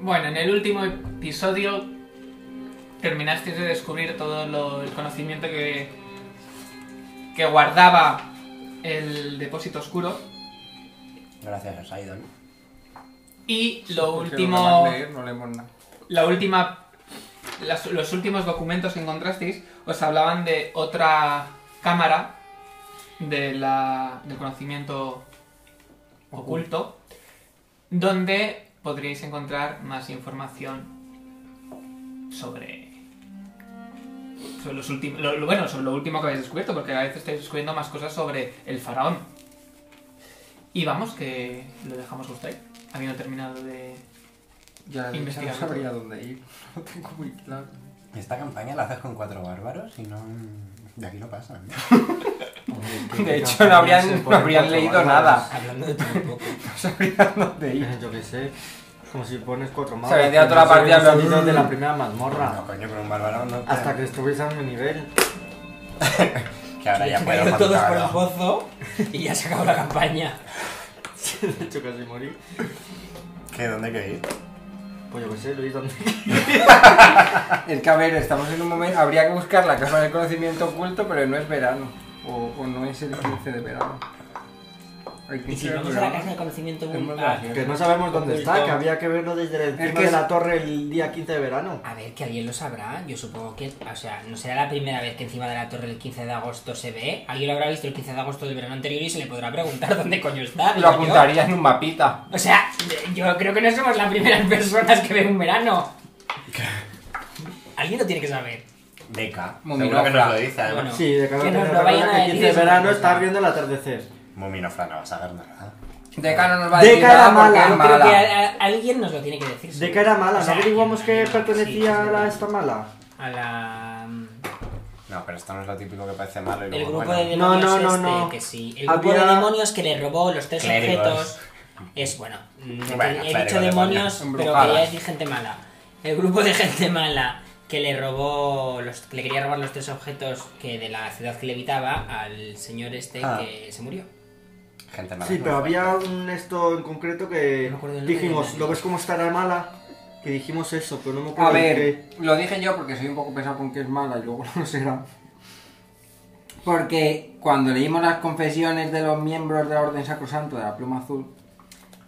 Bueno, en el último episodio terminaste de descubrir todo lo- el conocimiento que, que guardaba el depósito oscuro. Gracias a Saidon. Y lo Porque último. demás leer, no leemos nada. La última. las- los últimos documentos que encontrasteis os hablaban de otra cámara de la- del conocimiento oculto, donde podríais encontrar más información sobre. sobre los últimos. lo- lo- bueno, sobre lo último que habéis descubierto, porque a veces estáis descubriendo más cosas sobre el faraón. Y vamos, que lo dejamos hasta ahí, habiendo terminado de. Ya, ya no Investigando. sabría dónde ir. No tengo muy claro. Esta campaña la haces con cuatro bárbaros y no. De aquí no pasan. Ah. De hecho, no habrían, ¿eh? no habrían leído nada. Hablando de todo un poco. No sabría dónde ir. Yo qué sé. Es como si pones cuatro O magos. sea, vendría toda la Entonces, partida los hablando. hechizos de la primera mazmorra. No, coño, pero un bárbaro no. te- Hasta que estuviese a mi nivel. Que ahora ya Se puedo cayeron todos por el matarlo. pozo y ya se acabó la campaña. De hecho, casi morí. ¿Qué? ¿Dónde hay que ir? Pues yo qué sé, Luis, ¿dónde? Ah, Es que a ver, estamos en un momento. Habría que buscar la Casa del Conocimiento Oculto, pero no es verano. O, o no es el 15 de verano. El Y si 15 de vamos verano. de Es conocimiento muy Ah, gracioso. Que no sabemos dónde está, que había que verlo desde el Es encima que de es- la torre el día 15 de verano. A ver, que alguien lo sabrá. Yo supongo que, o sea, no será la primera vez que encima de la torre el 15 de agosto se ve. Alguien lo habrá visto el 15 de agosto del verano anterior y se le podrá preguntar dónde coño está. Lo digo yo. apuntaría en un mapita. O sea, yo creo que no somos las primeras personas que ven un verano. Alguien lo tiene que saber. Deca. Seguro Muminofra. que nos lo dice, además. Bueno. Sí, de cada Que vez nos que lo vayan recuerda a que 15 decir de es otra verano cosa. está viendo el atardecer. Muminofra no vas a ver nada. Deca no nos va a Deca decir nada era porque mala, es Yo creo que mala. a- a- alguien nos lo tiene que decir. De que era mala, O sea, no averiguamos que sí, pertenecía sí, a la- sí. esta mala. A la... No, pero esto no es lo típico que parece malo y El luego, grupo bueno, de No, demonios no, no, este, no. que sí. El grupo Había- de demonios que le robó los tres Clérigos. objetos. Es bueno. mm, Bueno, he dicho clérigos, demonios. demonios, pero Embrujadas. quería decir gente mala. El grupo de gente mala que le robó los, que le quería robar los tres objetos que de la ciudad que le evitaba al señor este Ah. que se murió. Gente mala. Sí, pero había un esto en concreto que No me acuerdo del dijimos, nombre. ¿lo ves cómo estará mala? Que dijimos eso, pero no me acuerdo A de ver, lo dije yo porque soy un poco pesado con que es mala y luego no será. Porque cuando leímos las confesiones de los miembros de la Orden Sacrosanto de la Pluma Azul,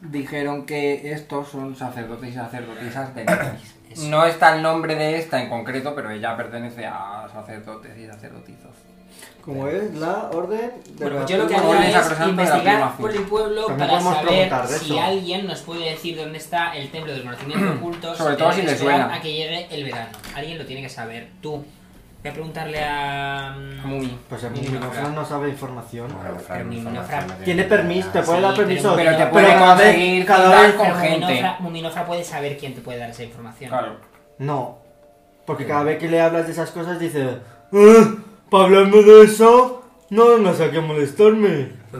dijeron que estos son sacerdotes y sacerdotisas de Nemesis. No está el nombre de esta en concreto, pero ella pertenece a sacerdotes y sacerdotizos. qué. Como es la orden de Bueno, pues la yo lo que pluma hago Orden blanca. haría es Sacrosanto de la Pluma investigar Azul. por el pueblo También para podemos saber preguntar de si eso. alguien nos puede decir dónde está el templo del conocimiento oculto. Sobre todo si le esperar suena. A que llegue el verano. Alguien lo tiene que saber. Tú. Voy a preguntarle a. mm, Muy. Pues el Muminofra. Muminofra no sabe información. Muminofra, Pero información, Muminofra no Tiene nada. permiso, te puede dar pero- permiso. Pero te eh, Pero puede cada vez- conseguir cada citar vez- con Pero gente. Muminofra, Muminofra puede saber quién te puede dar esa información. Claro. No, porque cada vez que le hablas de esas cosas dice, eh, para hablarme de eso, no vengas aquí a molestarme.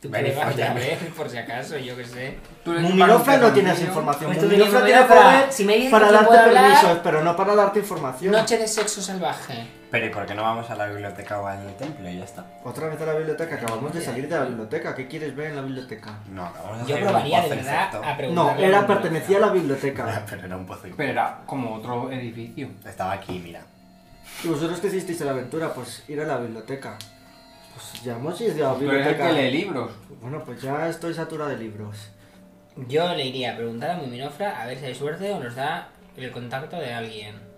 Tú Ven y pruébate, a fóllame. ver, por si acaso, yo qué sé. Tú le chupas un Muminofra no tiene esa pepinillo. información. Pues tú Muminofra dime, tiene Muminofra, poder si me dices para que darte puedo hablar- permisos, pero no para darte información. Noche de sexo salvaje. Pero ¿y por qué no vamos a la biblioteca o al templo y ya está? Otra vez a la biblioteca, acabamos de salir de la biblioteca. ¿Qué quieres ver en la biblioteca? No, acabamos de Yo hacer un probaría de pozo verdad insecto. a preguntarle. No, a era Muminofra. pertenecía a la Ah, biblioteca. Pero era un pozo Pero era como otro edificio. Estaba aquí, mira. ¿Y vosotros qué hicisteis en la aventura? Pues ir a la biblioteca. Pues ya hemos ido a la Tú eres el biblioteca. que lee libros. Bueno, pues ya estoy satura de libros. Yo le iría a preguntar a Muminofra a ver si hay suerte o nos da el contacto de alguien.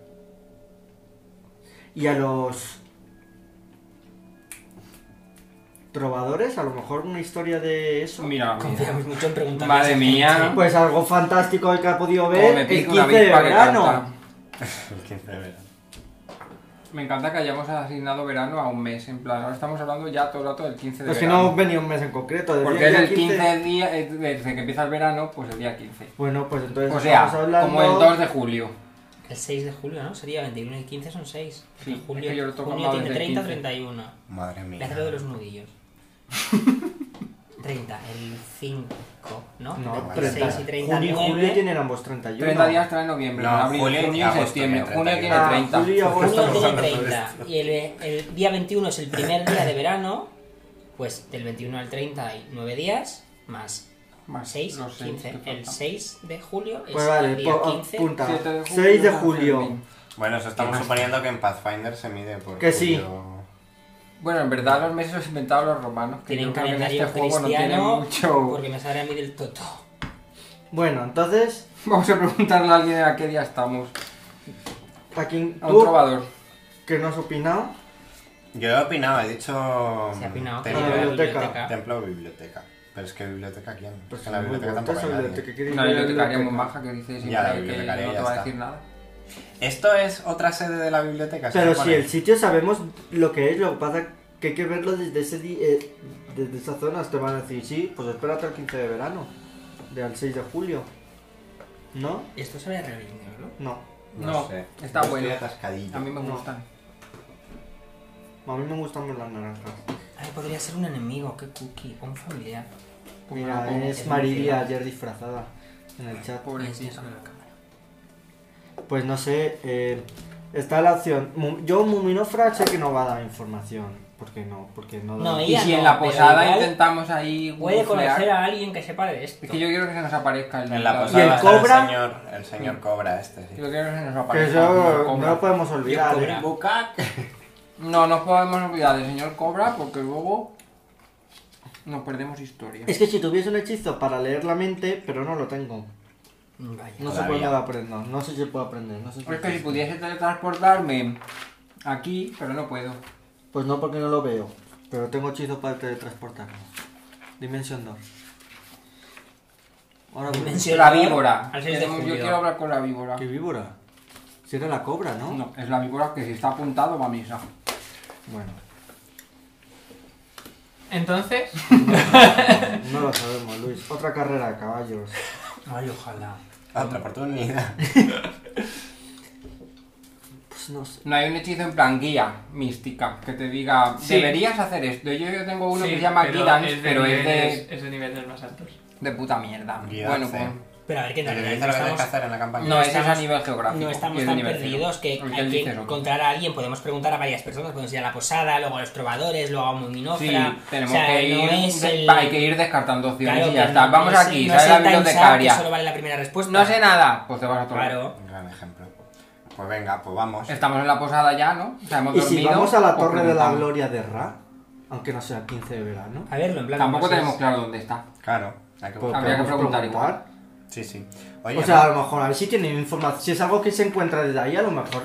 Y a los trovadores, a lo mejor una historia de eso. Ah, Mira, Confiamos mucho en preguntar. Madre mía. Pues algo fantástico que ha podido Como ver me el pica 15 una de avispa que verano. canta. El 15 de verano. Me encanta que hayamos asignado verano a un mes, en plan, ahora estamos hablando ya todo el rato del 15 de Es Pues que no verano. venía un mes en concreto. del Porque día es el 15. 15 día, eh, desde que empieza el verano, pues el día 15. Bueno, pues entonces O sea, estamos hablando... como el 2 de julio. El 6 de julio, ¿no? Sería 21 y 15 son 6. Sí, Porque julio, es que yo lo toco junio mal tiene desde el 30, 15. 31. Madre Le mía. hace de los nudillos. 30, el 5, ¿no? No, El 30. 6 y 30, Junio Ah, y julio 9. tienen ambos 31. 30 días trae noviembre, No, abril, julio y junio y agosto septiembre. tiene Junio 30 tiene días. Ah, 30. julio y agosto. Junio tiene 30 y el, el día 21 es el primer día de verano, pues del 21 al 30 hay 9 días, más Más 6, los seis 15. que El faltan. 6 de julio es Pues el vale, día ah, po- 15. apunta. 7 de julio, 6 de San julio. Fermín. Bueno, eso estamos ¿Qué más? suponiendo que en Pathfinder se mide por. Que sí. julio. Bueno, en verdad los meses los inventaron los romanos, que Tiene yo un creo que en calendario este juego no tiene cristiano. mucho... Porque me sale a mí del toto. Bueno, entonces, Vamos a preguntarle a alguien a qué día estamos. ¿a quién A un tú trovador. que no has opinado? Yo he opinado, he dicho. Mm, Se ha opinado que Ah, era la la Templo, biblioteca. biblioteca. templo o biblioteca. Pero es que biblioteca, ¿quién? Pues Pues en la muy biblioteca bueno, tampoco hay entonces, nadie. biblioteca, ¿quieres Una ir a la bibliotecaria muy biblioteca? maja que dice siempre Ya, la que bibliotecaria no te ya va a está. decir nada. Esto es otra sede de la biblioteca. se Pero si supone. el sitio sabemos lo que es, lo que pasa que hay que verlo desde ese di- eh, desde esa zona. Te van a decir, sí, pues espérate al 15 de verano, de al 6 de julio. ¿No? Esto se ve reunido, ¿no? No. No, No, sé. está Yo bueno. Estoy atascadillo. A mí me No. gustan. A mí me gustan más las naranjas. Ay, podría ser un enemigo, qué cookie, o un familiar. Ah, Mira, como es que Marilia no. ayer disfrazada en el chat. Ay, Pobrecito. estoy usando la cámara. Pues no sé, eh, está la opción. Mu- Yo Muminofra sé que no va a dar información. ¿Por qué no? Porque no da. No, Y Ella si en no, la pero posada igual intentamos ahí Puede bucear, conocer a alguien que sepa de esto. Es que yo quiero que se nos aparezca el En la ¿Y posada el está el cobra? señor, el señor cobra este. sí. Yo quiero que se nos aparezca que el eso señor no Cobra. lo podemos olvidar. Cobra. ¿eh? No nos podemos olvidar del señor Cobra porque luego nos perdemos historia. Es que si tuviese un hechizo para leer la mente, pero no lo tengo. Mm, Vaya. No sé Todavía. cuándo lo aprendo. No sé si puedo aprender. No sé Es Pues que si pudiese teletransportarme aquí, pero no puedo. Pues no, porque no lo veo. Pero tengo hechizo para teletransportarme. Dimension 2. Ahora voy. Dimensión- Sí, la ¿no? víbora. Al seis de Queremos- yo julio. quiero hablar con la víbora. ¿Qué víbora? Si era la cobra, ¿no? No, es la víbora que si está apuntado va a misa. Bueno, Entonces, no lo sabemos, Luis. Otra carrera de caballos. Ay, ojalá. Otra oportunidad. Pues no sé. No hay un hechizo en plan guía mística que te diga, Sí. deberías hacer esto. Yo, yo tengo uno sí, que se llama pero Guidance, es de pero es niveles, de, es de niveles más altos. de puta mierda. Guidance, bueno, eh. pues, Pero a ver, ¿qué Pero tal? dice No lo que tienes que estamos, hacer en la campaña. no, ese es a estamos- nivel geográfico. no estamos y es de tan nivel cero. perdidos que Porque él hay que dice eso. encontrar a alguien. Podemos preguntar a varias personas. Podemos ir a la posada, luego a los trovadores, luego a un Sí, muminofra. tenemos o sea, que ir, no es de- el... hay que ir descartando opciones Claro y ya que está. no Vamos es- aquí, no sale es la el time bibliotecaria. sap que Solo vale la primera respuesta. No sé nada, pues te vas a tomar. Claro. Un gran ejemplo. Pues venga, pues vamos. Estamos en la posada ya, ¿no? O sea, hemos ¿Y si dormido, vamos a la o Torre de la preguntamos. Gloria de Ra? Aunque no sea el 15 de verano. A verlo, en plan. Tampoco no sé. tenemos claro dónde está. Claro, hay que Pues buscar. Habría que podemos preguntar igual. Sí, sí. Oye, O sea, a lo mejor, a ver si tienen información. Si es algo que se encuentra desde ahí, a lo mejor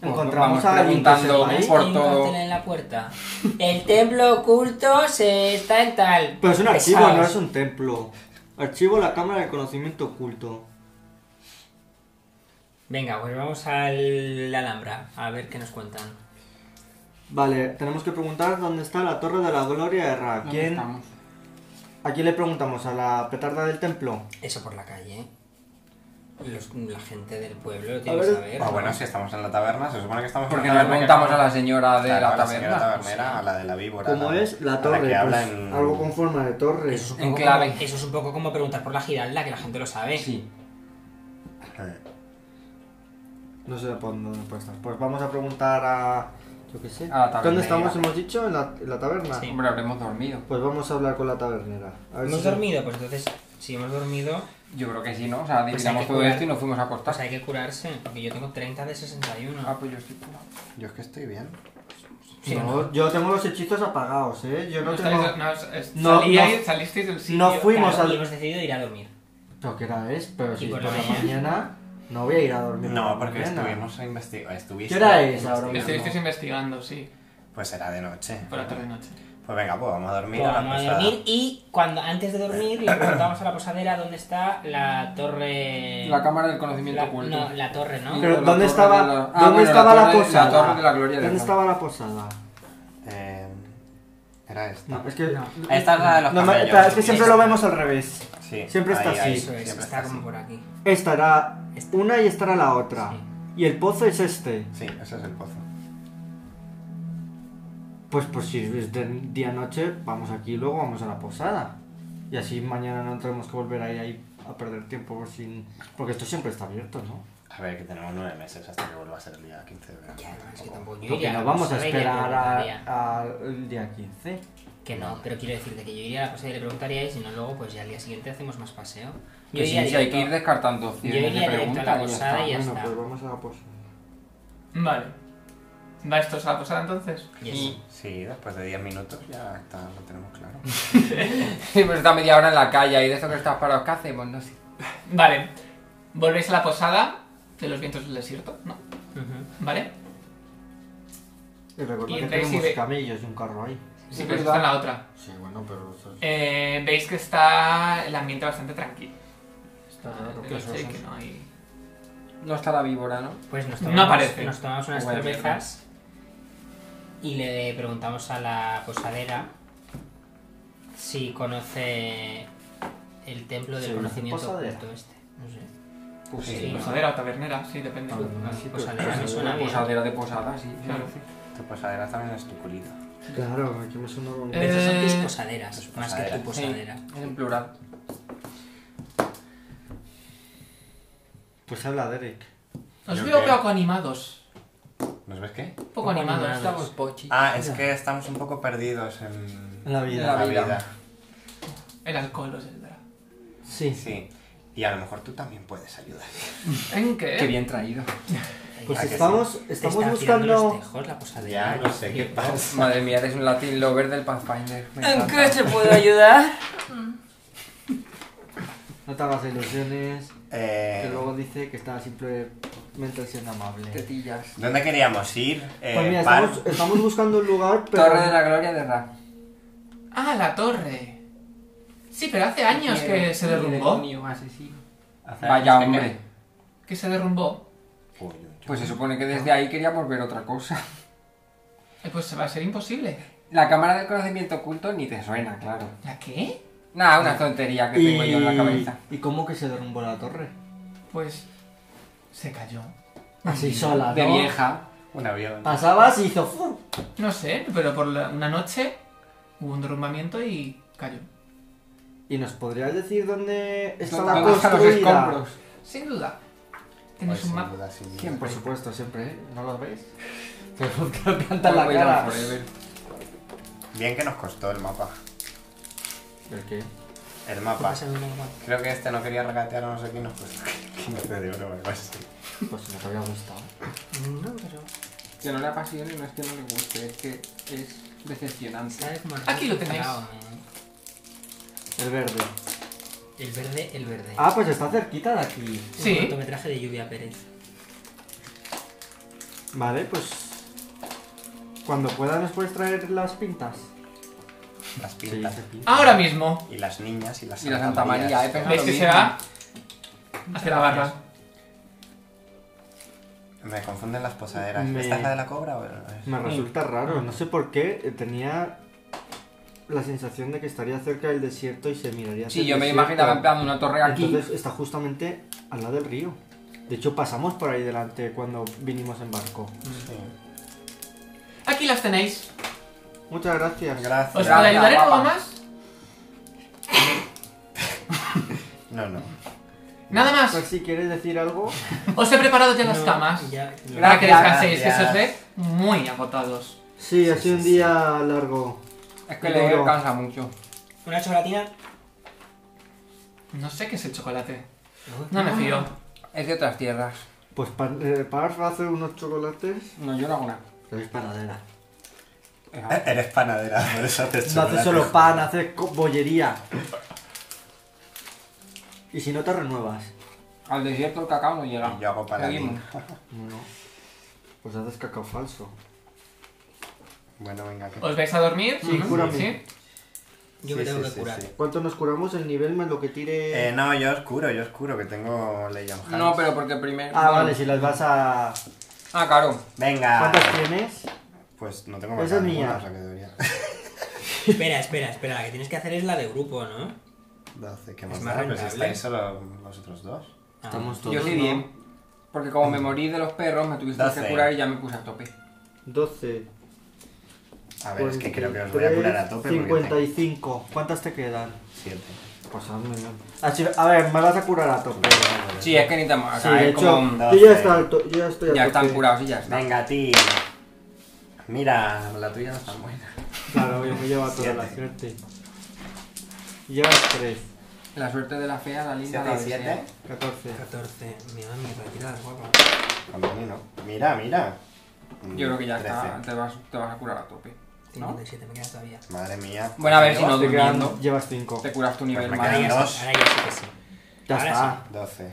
encontramos Pues vamos a alguien que preguntando, sepa, ¿eh? Hay por un todo. cartel en la puerta. El templo oculto se está en tal. Pero es un archivo, Pesados. no es un templo. Archivo la Cámara de Conocimiento Oculto. Venga, pues vamos a la Alhambra a ver qué nos cuentan. Vale, tenemos que preguntar dónde está la Torre de la Gloria de Ra. ¿Dónde ¿Quién, estamos? ¿A quién le preguntamos? ¿A la petarda del templo? Eso por la calle. ¿eh? Los- la gente del pueblo lo A tiene que ver- saber. Ah, ¿no? bueno, si estamos en la taberna, se supone que estamos Porque en la nos le taberna. preguntamos a la señora de la señora taberna. tabernera, a la de la víbora. ¿Cómo la- es? a La torre. que habla pues, en- Algo con forma de torre. Eso es un En poco clave. como- eso es un poco como preguntar por la giralda, que la gente lo sabe. Sí. Eh, No sé por dónde puede estar. Pues vamos a preguntar a... Yo qué sé. A la tabernera. ¿Dónde estamos, hemos dicho? ¿En la, en la taberna? Sí. Hombre, habremos dormido. Pues vamos a hablar con la tabernera. A ver ¿Hemos si- dormido? Pues entonces, si hemos dormido, Yo creo que sí, ¿no? O sea, adivinamos Pues hay que todo curar. esto y nos fuimos a acostar. pues hay que curarse, porque yo tengo 30 de 61. Ah, pues yo estoy curado. Yo es que estoy bien. Sí, no, ¿no? yo tengo los hechizos apagados, ¿eh? Yo no, tengo... estáis- no, es- No, salíais- no- salisteis del sitio. no fuimos Claro, al- y hemos decidido ir a dormir. Pero qué hora es, pero Y si es por por la la mañana. mañana no voy a ir a dormir. por No, la porque mañana. estuvimos investigando. ¿Qué hora es ahora mismo? Estuvisteis investigando, sí, Pues será de noche. por la tarde noche. Pues venga, pues vamos a dormir Pues a la vamos a posada. dormir y cuando antes de dormir le preguntamos a la posadera dónde está la torre. La cámara del conocimiento La- oculto. No, la torre, ¿no? Pero La ¿dónde torre estaba, de la- Ah, ¿dónde bueno, la estaba la, torre de- la posada? torre de la Gloria de ¿Dónde Ra. estaba la posada? Eh, era esta. No, es que, No. Esta es la de los no me- camellos. espera, es que siempre Esta. lo vemos al revés. Sí, siempre está así. Eso es, siempre está como así. por aquí. Esta era Esta. una y esta era la otra. Sí. Y el pozo es este. Sí, ese es el pozo. Pues, pues si es de día-noche, vamos aquí y luego vamos a la posada. Y así mañana no tenemos que volver ahí, ahí a perder tiempo por sin... Porque esto siempre está abierto, ¿no? A ver, que tenemos nueve meses hasta que vuelva a ser el día 15 de verano. Ya, no, es que Tampoco. tampoco yo Porque iría no la vamos a posadera y le esperar preguntaría. a- al día 15. Que no, pero quiero decirte que yo iría a la pasada y le preguntaría y si no luego pues ya al día siguiente hacemos más paseo. Yo Que sí, iría sí, hay directo- que ir descartando yo opciones de iría directo a preguntas. la y ya posada está. y ya bueno, está. pues vamos a la posada. Vale. ¿Va estos a la posada entonces? Y eso. Y- Sí, después de 10 minutos ya está, lo tenemos claro. Hemos estado media hora en la calle y de eso que estás parados, ¿qué hacemos? No sé. Vale. Volvéis a la posada de los vientos del desierto, ¿no? Ujú. ¿Vale? Y Y recuerda que entráis y tenemos ve- camellos y un carro ahí. Sí, pero está en la otra. Sí, bueno, pero eso es- Eh, Veis que está el ambiente bastante tranquilo. Está claro, de que eso noche y es- que no hay... No está la víbora, ¿no? Pues nos No tomamos, aparece. nos tomamos unas Bueno, cervezas y le preguntamos a la posadera si conoce el templo del Sí, conocimiento posadera. oculto este. No sé. Pues Sí, ¿no? Ah, Posadera o tabernera, sí, depende. sí, Posadera Pues me pero- suena bien. Posadera de posada, sí. Claro. Tu posadera también es tu culito. Claro, aquí me suena un... Eh, Esas son tus Eh, posaderas, tus más que posaderas. tu Sí, posadera. es en plural. Pues habla Derek. Os Yo veo qué. poco animados. ¿Nos ves qué? Poco, animados. Estamos pochi. Ah, es que estamos un poco perdidos en En la vida. en la En la vida. vida. El alcohol os ayudará. Sí. Sí. Y a lo mejor tú también puedes ayudar. ¿En qué? Qué bien traído. Pues ¿A que sí? estamos, Te estamos Ah, está tirando los buscando... tejos la posadera. Ya no sé qué pasa. Madre mía, eres un Latin lover del Pathfinder. me encanta. se puede ayudar? No te hagas ilusiones. Que Eh, luego dice que está simplemente siendo amable. Tetillas. ¿Dónde queríamos ir? Eh, Pues mira, Par- estamos, estamos buscando un lugar, pero... Torre de la Gloria de Ra. Ah, la torre. Sí, pero hace años Eh, que se derrumbó. Demonio, asesino. Hace Vaya años Ah, que hombre. Que se derrumbó. que- Uy, uy, uy. Pues se supone que desde ahí queríamos ver otra cosa. Eh, Pues va a ser imposible. La cámara del conocimiento oculto ni te suena, claro. ¿La qué? Nada, una tontería que tengo yo en la cabeza. ¿Y cómo que se derrumbó la torre? Pues se cayó. Mm. Así sola, Mm. De ¿no? vieja. Un avión. Ah, Pasabas y hizo... ¡fu! No sé, pero por la- una noche hubo un derrumbamiento y cayó. ¿Y nos podrías decir dónde está la ¿Dónde están los construida? escombros? Sin duda. Pues Tienes un sin mapa. duda, sin duda. Por supuesto, siempre, ¿eh? ¿No lo veis? Tanta la cara. Bien que nos costó el mapa. ¿El qué? El mapa. Pues Creo que este no quería regatear a no sé quién nos costó 15 de oro o algo así. Pues no te había gustado. No, pero Que no le apasione no es que no le guste, es que es decepcionante. sabes cómo Aquí lo tenéis. Parado, eh. El verde. El verde, el verde. Ah, pues está cerquita de aquí. Un Sí. cortometraje de Lluvia Pérez. Vale, pues... Cuando puedas nos puedes traer las pintas. Las pintas. Ahora mismo. Y las niñas y las Y la Santa María, he pensado ¿Veis lo que se mismo. va? Hacia la barra. Me confunden las posaderas. Me- ¿Esta es la de la cobra o no es? Me resulta raro, no sé por qué eh, tenía la sensación de que estaría cerca del desierto y se miraría hacia Sí, el yo me desierto. imaginaba en plan una torre aquí. Entonces está justamente al lado del río. De hecho, pasamos por ahí delante cuando vinimos en barco. Sí. Aquí las tenéis. Muchas gracias. ¿Os Gracias. Gracias, puedo ayudar en algo guapa. más? No, no. Nada Pues más. si quieres decir algo, Os he preparado ya las No, camas. ya- no. Para que Gracias. descanséis, que se os ve Gracias. muy agotados. sí, ha Sí, sí, sido un sí. día largo. Es que le Duro. cansa mucho. Una chocolatina. No sé qué es el chocolate. No me fío. Es de otras tierras. Pues pa- eh, para hacer unos chocolates. No, yo no hago nada. Es panadera. Eh, Eres panadera, por eso haces No haces chocolate. solo pan, haces co- bollería. Y si no te renuevas, Al desierto el cacao no llega. Y yo hago panadín. Seguimos. no. Pues haces cacao falso. Bueno, venga. que- ¿Os vais a dormir? Sí, Ujú. júrame. Yo Sí, me tengo sí, que sí, curar. sí. ¿Cuánto nos curamos el nivel más lo que tire? Eh, no, yo oscuro, yo oscuro, que tengo Legion Hands. No, pero porque primero. ah, bueno. vale, si las vas a. Ah, claro. Venga. ¿Cuántas tienes? Pues no tengo más. Esa es ninguna, mía. O sea que debería. Espera, espera, espera. La que tienes que hacer es la de grupo, ¿no? 12, ¿qué más más da? Pero si rentable. estáis solo vosotros dos. Ah, Yo sí bien. Porque como Mm. me morí de los perros, me tuviste Doce. que curar y ya me puse a tope. 12. A ver, Pues es que creo que os voy a curar a tope. 55. ¿Cuántas te quedan? 7. Pues házmelo. Ah, sí, A ver, me vas a curar a tope. Sí, eh. es que ni tan mal. Sí, de es hecho, como- no yo ya, sé. está al to- yo ya estoy a Ya están tope. curados y ya está. Venga, tío. Mira, la tuya no es tan buena. Claro, yo me lleva toda la suerte. Llevas 3, La suerte de la fea, la linda, ¿Siete la y siete? 14. 14. Ah, Mira, mi retirada, guapa. Campanino. Mira, mira. Mm, Yo creo que ya está, trece. te vas, te vas a curar a tope. ¿No? 57, me queda todavía. Madre mía. Bueno, a ver si no Te quedan- durmiendo llevas 5. te curas tu nivel Pues me más. quedan Ahora dos. sí, ahora ya sí que sí. Ya Ahora está. 12.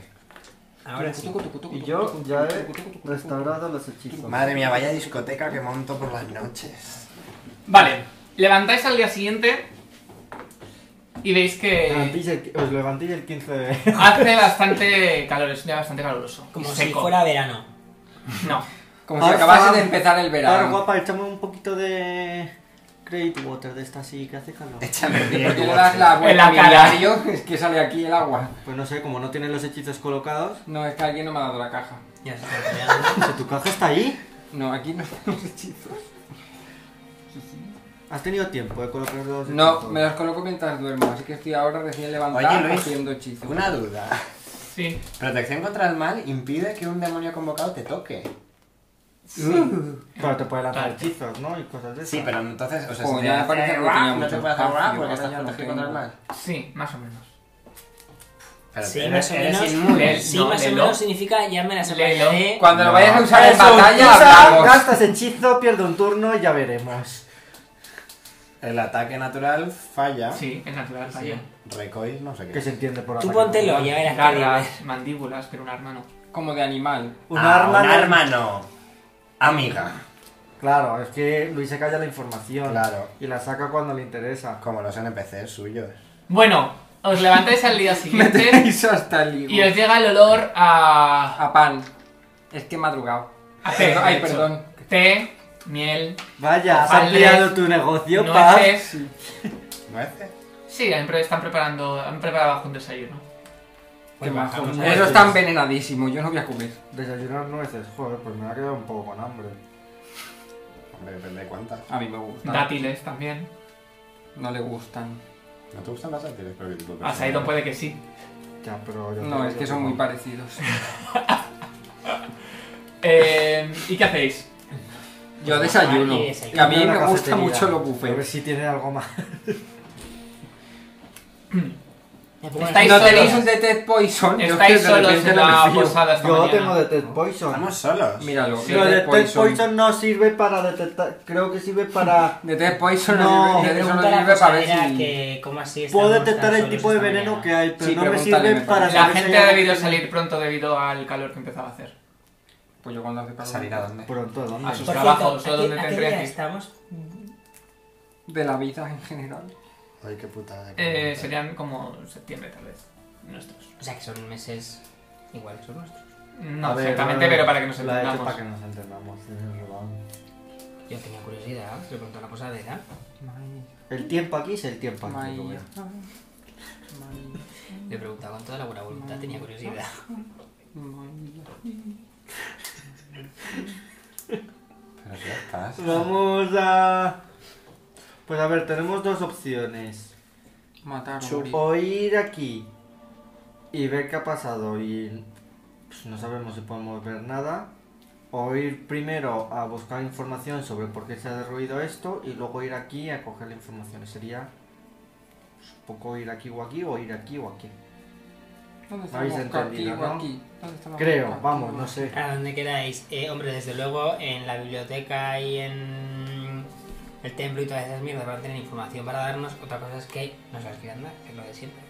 Ahora sí. Y yo ya he restaurado los hechizos. Madre mía, vaya discoteca que monto por las noches. Vale, levantáis al día siguiente y veis que Levantéis el- Os levantéis el 15 de... hace bastante calor, es un día bastante caluroso. Como y si seco. fuera verano. No. Como si acabase de empezar el Ahora, verano. guapa, échame un poquito de... Great Water de esta así que hace calor. Échame ¿Por bien. qué le das la En la vuelta a mi cara. diario? Es que sale aquí el agua. Pues no sé, como no tienen los hechizos colocados... No, es que alguien no me ha dado la caja. Ya se está peleando. Si tu caja está ahí. No, aquí no tenemos hechizos. Has tenido tiempo de colocar los hechizos. No, me los coloco mientras duermo, así que estoy ahora recién Oye, levantado Luis. haciendo hechizos. Una duda. Sí. Protección contra el mal impide que un demonio convocado te toque. Claro, te puede lanzar Claro. hechizos, ¿no? Y cosas de esas. Sí, pero entonces, o sea, Como si te ya hace parece que no rap, tenía no te mucho puede hacer espacio, rap porque ahora estás ya no protegido contra el tengo. mal. Sí, más o menos. Pero Sí, eres, más o eres menos. inmune. Sí, No, más o lelo. menos significa ya me las Lelo. apañaré. Cuando lo No. vayas a usar Para en eso, batalla, usa, hablamos. gastas hechizo, pierde un turno y ya veremos. El ataque natural falla. Sí, es natural, falla. Recoil, no sé qué. Que se entiende por Tú ataque póntelo, normal. ya verás. qué nivel. Garras, mandíbulas, pero un arma no. Como de animal. Un Ah, arma. Un no- arma no. Amiga. Claro, es que Luis se calla la información. Claro. Y la saca cuando le interesa. Como los NPCs suyos. Bueno, os levantáis al día Me siguiente tenéis hasta el higo. y os llega el olor a... A pan. Es que he madrugado. a té, Perdón- de Ay, hecho. perdón. Té, miel, Vaya, has Vale. ampliado tu negocio, pa. nueces... ¿Nueces? Sí, han pre- están preparando, han preparado abajo un desayuno. Qué Pues majo. bajamos a- Eso está envenenadísimo, yo no voy a comer. Desayunar nueces, joder, pues me ha quedado un poco con hambre. Hombre, depende de cuántas. A mí me gusta. Dátiles también. No le gustan. ¿No te gustan las sátiras? Pero que tú- A Saidon puede que Ah, sí. Ya, pero yo No, creo es que son como- muy parecidos. Eh, ¿Y qué hacéis? Yo desayuno. Y desayuno. Y a mí Compra me una gusta cafetería, mucho los A ver buffets. si tiene algo más. Me pongo las Estáis No pistolas. tenéis un Detect Poison. Yo es que Estáis de solos repente en no me la fío. posada esta Yo mañana. tengo Detect Poison. Estamos solos. Míralo. Sí. Lo de Detect Detect Poison. Poison no sirve para detectar, creo que sirve para... Detect Poison No. no Le sirve, eso no Pregunta a la sirve para ver cocinera si... que cómo así Puedo estamos tan detectar el solos tipo de esta veneno mañana. que hay, pero Sí, no me pregúntale, sirve me para... La saber si gente hay ha algo debido que- salir pronto debido al calor que empezaba a hacer. Pues yo cuando hace calor... ¿Salir a dónde? Pronto, ¿a ¿dónde? A sus Por trabajos, cierto, o donde ¿a qué- a qué tendría día que ir. estamos? De la vida en general. Ay, qué putada. Eh, serían como septiembre, tal vez. Nuestros. O sea que son meses igual que son nuestros. No A ver, exactamente, a ver, pero para que nos la he hecho Para entendamos. que nos entendamos. Yo tenía curiosidad, se lo preguntó a la posadera. El tiempo aquí es el tiempo aquí. Maía, lo veo. maía, Le preguntaba con toda la buena voluntad, tenía curiosidad. maía. Pero ya estás. Vamos a... Pues a ver, tenemos dos opciones. Matar o morir. O ir aquí y ver qué ha pasado y pues, no sabemos si podemos ver nada. O ir primero a buscar información sobre por qué se ha derruido esto y luego ir aquí a coger la información. Sería pues, un poco ir aquí o aquí o ir aquí o aquí. ¿Dónde habéis estamos? ¿Aquí o entendido, ¿no? aquí? ¿Dónde estamos? Creo, ¿Aquí vamos, o no aquí? sé. A donde queráis. Eh, hombre, desde luego en la biblioteca y en el templo y todas esas mierdas van a tener información para darnos. Otra cosa es que nos las quieran dar, que es lo de siempre.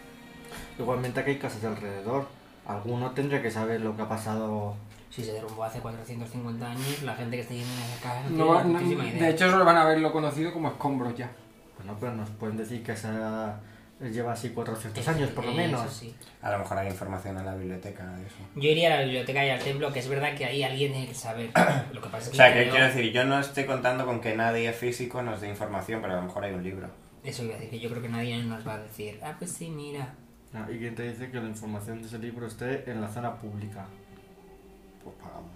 Igualmente aquí hay casas alrededor. Alguno tendría que saber lo que ha pasado. Si se derrumbó hace 450 años, la gente que está yendo en esas casas no, No, Ah, tiene no, muchísima idea. de hecho, solo van a haberlo conocido como escombros ya. Bueno, pero nos pueden decir que esa lleva así 400 Eso- años por lo eso menos. sí. A lo mejor hay información en la biblioteca de eso. Yo iría a la biblioteca y al templo, que es verdad que ahí alguien tiene que saber. Lo que pasa es O que, sea, que creo- quiero decir, yo no estoy contando con que nadie físico nos dé información, pero a lo mejor hay un libro. Eso iba a decir, que yo creo que nadie nos va a decir, ah, pues sí, mira. Ah, y quién te dice que la información de ese libro esté en la zona pública. Pues pagamos.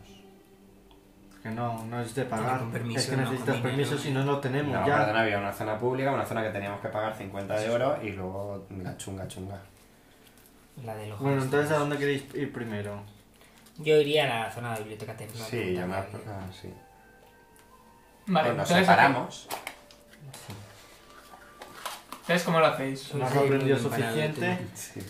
Que no, no es de pagar. con permiso, es que no, necesitas con permiso dinero. si no lo tenemos No, ya. perdón, había una zona pública, una zona que teníamos que pagar 50 de oro y luego la chunga chunga. La del ojo. Bueno, de entonces ¿a Satanás. dónde queréis ir primero? Yo iría a la zona de la biblioteca templo. a ah, Sí, preguntar yo me a alguien. acuerdo, sí. Vale, Pues nos entonces, separamos. Entonces, ¿cómo lo hacéis? No has soy aprendido muy suficiente. Sí.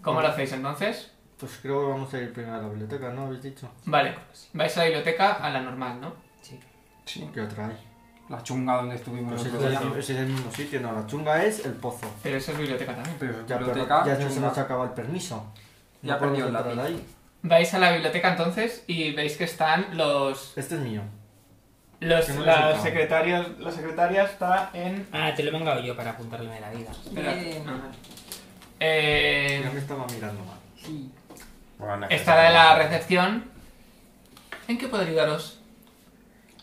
¿Cómo lo hacéis entonces? Pues creo que vamos a ir primero a la biblioteca, ¿no? Habéis dicho. Vale, vais a la biblioteca a la normal, ¿no? Sí. Sí. ¿Qué otra hay? La chunga donde estuvimos Pues es, nosotros. del- es el mismo sitio, no. La chunga es el pozo. Pero eso es biblioteca también. Pero Ya, pero biblioteca, ya se chunga. nos acaba el permiso. Ya no podemos perdió el entrar lápiz. ahí. Vais a la biblioteca entonces y veis que están los. Este es mío. los Que no lo he la, sacado. secretarios, la secretaria está en. Ah, te lo he mangado yo para apuntarle de la vida. Espera. Bien. Ajá. Ya me Eh, estaba mirando mal. Sí. Bueno, está la de la recepción. ¿En qué puedo ayudaros?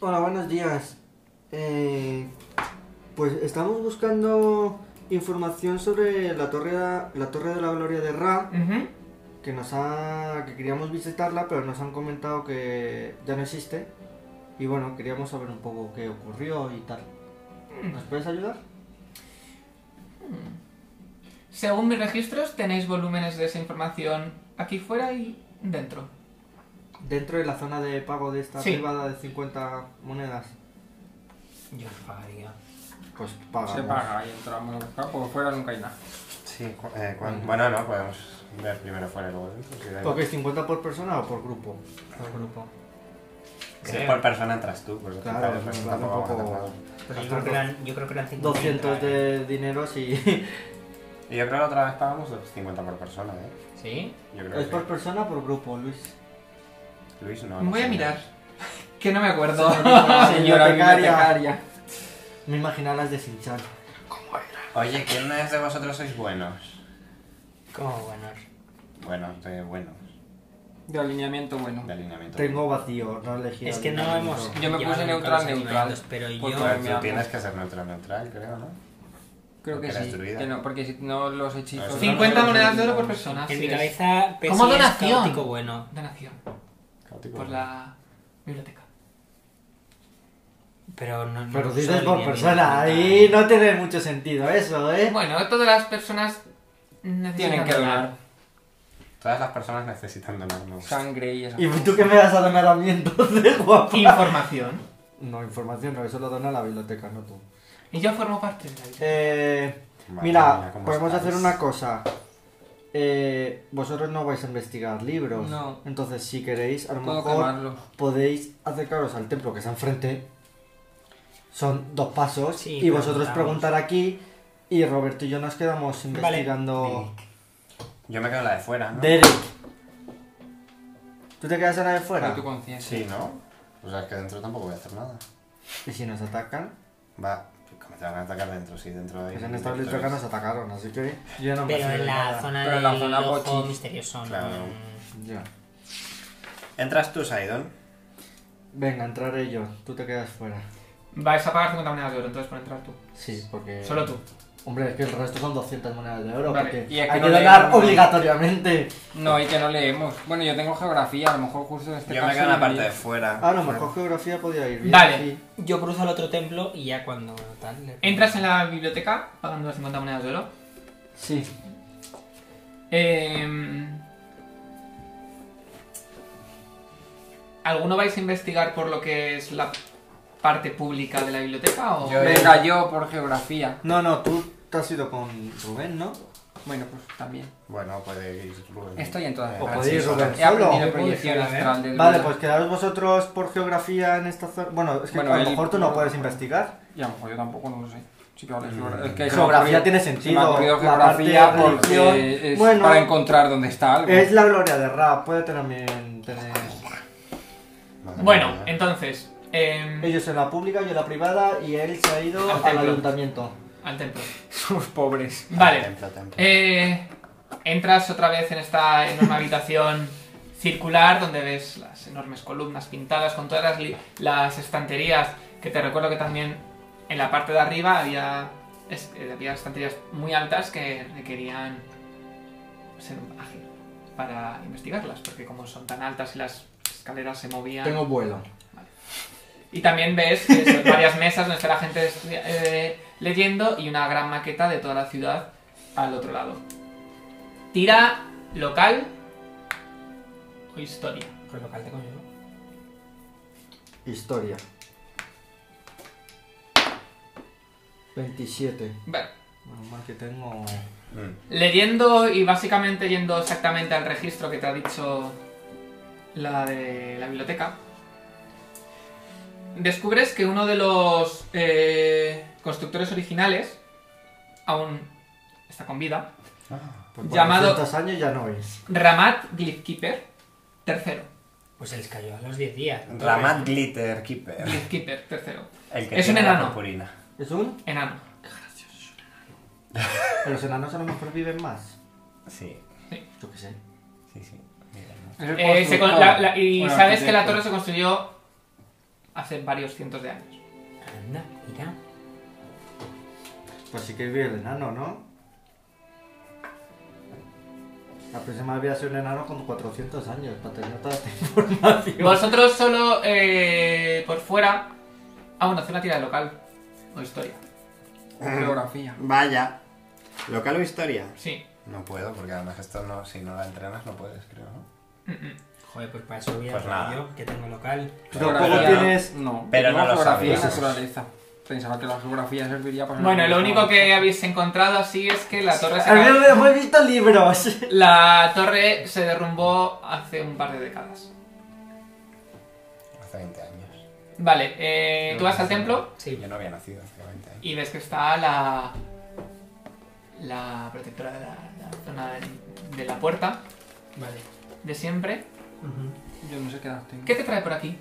Hola, buenos días. Eh, pues estamos buscando información sobre la torre, la torre de la Gloria de Ra, Ujú. que nos ha, que queríamos visitarla, pero nos han comentado que ya no existe. Y bueno, queríamos saber un poco qué ocurrió y tal. ¿Nos puedes ayudar? Según mis registros, tenéis volúmenes de esa información aquí fuera y dentro. Dentro de la zona de pago de esta Sí. privada de 50 monedas. Yo lo pagaría. Pues pagamos. Se paga y entramos a buscar, porque fuera nunca hay nada. Sí, cu- eh, cu- bueno, no, podemos ver primero fuera y luego dentro. si da igual. Ok, 50 por persona o por grupo. Por grupo. Si Sí. es por persona entras tú, pues Claro, tal vez, pues, pues, claro, tampoco un vamos a poco- hacer nada. Pues yo creo que eran, yo creo que eran 50. 200 de dineros y... Y yo creo que la otra vez pagamos los 50 por persona, ¿eh? ¿Sí? Yo creo ¿Es que por persona o por grupo, Luis? Luis no. no Voy a sé. mirar. Que no me acuerdo. Señora bibliotecaria. bibliotecaria. Me imaginaba las de Sinchan. Oye, ¿quiénes de vosotros sois buenos? Como bueno. Buenos, de buenos, De alineamiento bueno. de alineamiento. Tengo vacío, no elegí. Es que no alguien. hemos. Yo me llevado puse nunca neutral, los neutral. alineamientos, Pero Pues yo. Pero claro. tú mira. tienes que ser neutral, neutral, creo, ¿no? Creo que Porque eres sí. druida. Que no, porque si no los Ah, hechizos. eso 50 no, no, monedas de oro por persona. En así mi es. cabeza. Como Pepsi es donación. caótico bueno. Donación. Caótico. Por la biblioteca. Pero no. no Pero uso dices por alineamiento persona, ni nada. ahí no tiene mucho sentido eso, ¿eh? Bueno, todas las personas necesitan Tienen que donar Todas las personas necesitan donarnos. sangre y esas ¿Y cosas. tú qué me vas a donar a mí entonces, guapo? Información. No, información, no, eso lo dona la biblioteca, no tú. Y yo formo parte de la biblioteca. Eh, Madre mía, mira, ¿cómo podemos estáis? hacer una cosa. Eh, vosotros no vais a investigar libros. No. Entonces, si queréis, a lo Puedo mejor quemarlos. podéis acercaros al templo que está enfrente. Son dos pasos. Sí, y vosotros preguntamos. preguntar aquí. Y Roberto y yo nos quedamos Vale. investigando. Yo me quedo en la de fuera, ¿no? Derek. ¿Tú te quedas en la de Por fuera? tu conciencia. Sí, ¿no? O sea, es que dentro tampoco voy a hacer nada. ¿Y si nos atacan? Va, que me te van a atacar dentro, sí, dentro de ahí. Pues en esta biblioteca nos atacaron, así que yo no me Pero fío en de la nada. zona Pues Pero del en la zona ojo bochis. misterioso. ¿no? Claro. Ya. Entras tú, Saidon. Venga, entraré yo. Tú te quedas fuera. Vais a pagar 50 monedas de oro, entonces por entrar tú. Sí, porque. Solo tú. Hombre, es que el resto son 200 monedas de oro. Vale, Porque y es que hay no que donar leemos. obligatoriamente. No, y que no leemos. Bueno, yo tengo geografía, a lo mejor justo en este Yo caso. me quedo en la parte leí. de fuera. Ah, no, mejor geografía podía ir bien. Vale. sí. Yo cruzo al otro templo y ya cuando tal. le- Entras en la biblioteca pagando las 50 monedas de oro. Sí. Eh, ¿Alguno vais a investigar por lo que es la parte pública de la biblioteca? O... Yo- Venga, yo por geografía. No, no, tú te has ido con Rubén, ¿no? Bueno, pues también. Bueno, puede ir Rubén. Estoy en todas Eh, O partes. podéis sí, Rubén He aprendido solo. proyección astral del Vale, Buda. pues quedaros vosotros por geografía en esta zona. Bueno, es que Bueno, a lo él- mejor tú no puedes investigar. Y a lo mejor yo tampoco, no lo sé. Sí, que ahora es geogra- es que se me ha ocurrido- Geografía tiene se me ha sentido. ocurrido la geografía parte de religión, porque es bueno, para encontrar dónde está algo. Es la gloria de Ra, puede también tener. madre Bueno, mía. entonces, eh, Ellos en la pública, yo en la privada y él se ha ido Al al, templo. ayuntamiento. al templo. Somos pobres. Vale, Templo, templo. eh, entras otra vez en esta enorme habitación circular donde ves las enormes columnas pintadas con todas las, li- las estanterías que te recuerdo que también en la parte de arriba había, es- eh, había estanterías muy altas que requerían ser ágil para investigarlas porque como son tan altas y las escaleras se movían Tengo vuelo. Y también ves que son varias mesas donde está la gente estudia- eh, leyendo y una gran maqueta de toda la ciudad al otro lado. Tira local o historia. Pues lo calte conmigo. Historia. 27. Bueno, Menos mal que tengo. pues, Mm. leyendo y básicamente yendo exactamente al registro que te ha dicho la de la biblioteca, descubres que uno de los eh, constructores originales aún está con vida, Ah, Por Llamado- 400 años ya no es. Ramat Glyphkeeper III. Pues se les cayó a los 10 días. Ramat Glitter Keeper. Glyphkeeper III. El que Es un tiene la enano. purpurina. ¿Es un? Enano. Pero los enanos a lo mejor viven más. Sí, Yo qué sé. sí, sí. Es el Eh, se con- constructor, la- la- y o el sabes que la arquitecto. torre se construyó hace varios cientos de años. Anda, mira. Pues sí que vive el enano, ¿no? La próxima había sido un enano con 400 años para tener toda esta información. Vosotros solo eh, por fuera. Ah, bueno, hacer una tira de local. O historia. Geografía. Vaya. ¿Local o historia? Sí. No puedo, porque además esto no, si no la entrenas no puedes, creo, Mm, ¿no? mm. Joder, pues para eso voy a Pues hacer nada. yo, que tengo local. Tú Pero tampoco ya- tienes. No, Pero yo no lo geografía y sabíamos. naturaleza. Pensaba que la geografía serviría para... Bueno, lo único que habéis encontrado así es que la torre se, A mí ca- me he visto libros. la torre se derrumbó hace un par de décadas. Hace 20 años. Vale, eh, tú vas al templo Sí. Yo no había nacido hace 20 años. y ves que está la. La protectora de la, la zona de- de la puerta Vale. de siempre. Yo no sé qué edad tengo. ¿Qué te trae por aquí?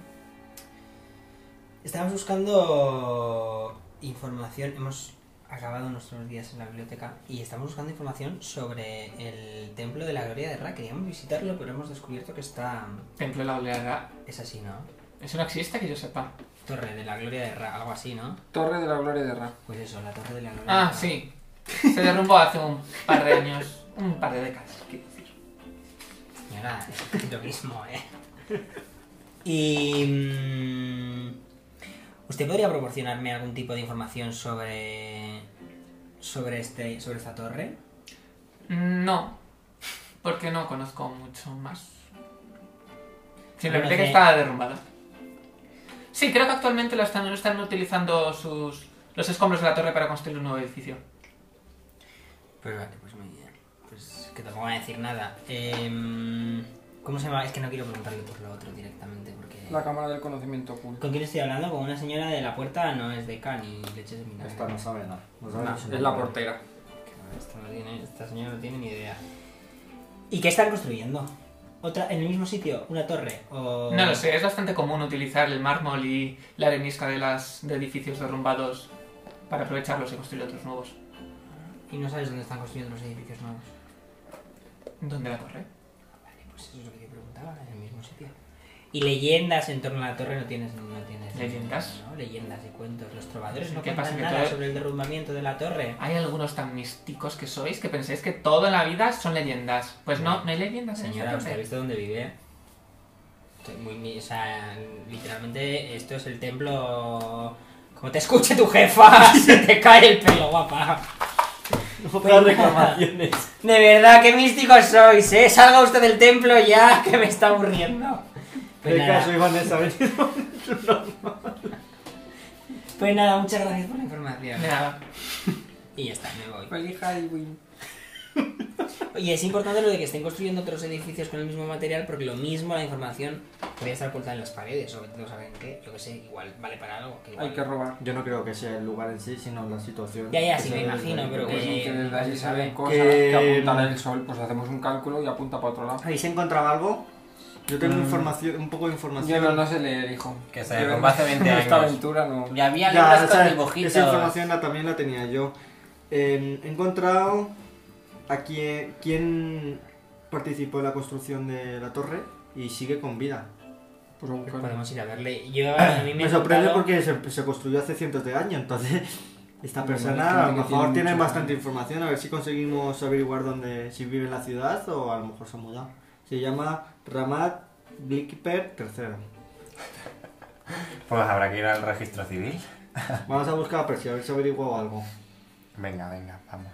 Estábamos buscando información. Hemos acabado nuestros días en la biblioteca y estamos buscando información sobre el templo de la gloria de Ra. Queríamos visitarlo, pero hemos descubierto que está. Templo de la oleada. Es así, ¿no? Eso no existe que yo sepa. Torre de la gloria de Ra, algo así, ¿no? Torre de la Gloria de Ra. Pues eso, la torre de la gloria de Ah, Ra. sí. Se derrumbó hace un par de años. Un par de décadas, quiero decir. Señora, es lo mismo, ¿eh? Y... mm, ¿Usted podría proporcionarme algún tipo de información sobre... sobre, este, sobre esta torre? Mm, No, porque no conozco mucho más. Simplemente que Bueno, Ah, sí. está derrumbada. Sí, creo que actualmente lo están, lo están utilizando sus, los escombros de la torre para construir un nuevo edificio. Pues vale, pues muy bien. Pues que tampoco voy a decir nada. Em, ¿Cómo se llama? Es que no quiero preguntarle por lo otro directamente porque... La Cámara del Conocimiento Oculto. ¿Con quién estoy hablando? Con una señora de la puerta, no es de K ni leches de vinagre. Esta no sabe nada. No sabe No, ni su es la nombre. portera. Esta, Ah, no tiene, esta señora no tiene ni idea. ¿Y qué están construyendo? ¿Otra, ¿En el mismo sitio? ¿Una torre? ¿O... No lo sé, es bastante común utilizar el mármol y la arenisca de, las, de edificios derrumbados para aprovecharlos y construir otros nuevos. Y no sabes dónde están construyendo los edificios nuevos. ¿Dónde la torre? Vale, pues eso es lo que te preguntaba, en el mismo sitio. ¿Y leyendas en torno a la torre no tienes? No tienes ¿Leyendas? ¿no? Leyendas y cuentos. Los trovadores no ¿Qué cuentan pasa, que nada todo- sobre el derrumbamiento de la torre. Hay algunos tan místicos que sois que pensáis que todo en la vida son leyendas. Pues no, no hay leyendas en Señora, esta ¿usted ha torre. visto dónde vive? Estoy muy, mi- o sea, literalmente esto es el templo... Como te escuche tu jefa, se te cae el pelo, guapa. Otras reclamaciones. De verdad, qué místicos sois, ¿eh? Salga usted del templo ya, que me está aburriendo. Pues ¿Qué caso nada, Iván es venido? pues nada, muchas gracias por la información. Nada. Ah, Y ya está, me voy. Feliz Halloween. Y es importante lo de que estén construyendo otros edificios con el mismo material, porque lo mismo, la información podría estar oculta en las paredes, o vete tú a saber en qué, yo que sé, igual vale para algo. Que igual- Hay que robar. Yo no creo que sea el lugar en sí, sino la situación. Ya, ya, que sí, se me ve imagino, desde pero ahí. Pues que- que desde allí se ven cosas que- em, que apuntan el sol, pues hacemos un cálculo y apunta para otro lado. ¿Ahí se encontraba algo? Yo Mm. tengo información, un poco de Yo información. no, no sé leer, hijo. Que se Yo en- derrumbó hace 20 en Esta años. aventura no. pues Y había Ya, libros o sea, con Esa dibujitos. información la- también la tenía yo. Eh, he encontrado a quien, quien participó en la construcción de la torre y sigue con vida. Pues a buscar. Podemos ir a verle. Yo, a mí me, Me sorprende han contado- porque se, se construyó hace cientos de años, entonces esta Ah, Bueno, persona a gente lo que tiene mejor tiene mucho bastante dinero. información, a ver si conseguimos averiguar dónde, si vive en la ciudad o a lo mejor se ha mudado. Se llama Ramat Blikper III. Pues habrá que ir al registro civil. Ah. Vamos a buscar a Percy, a ver si averiguo algo. Venga, venga, vamos.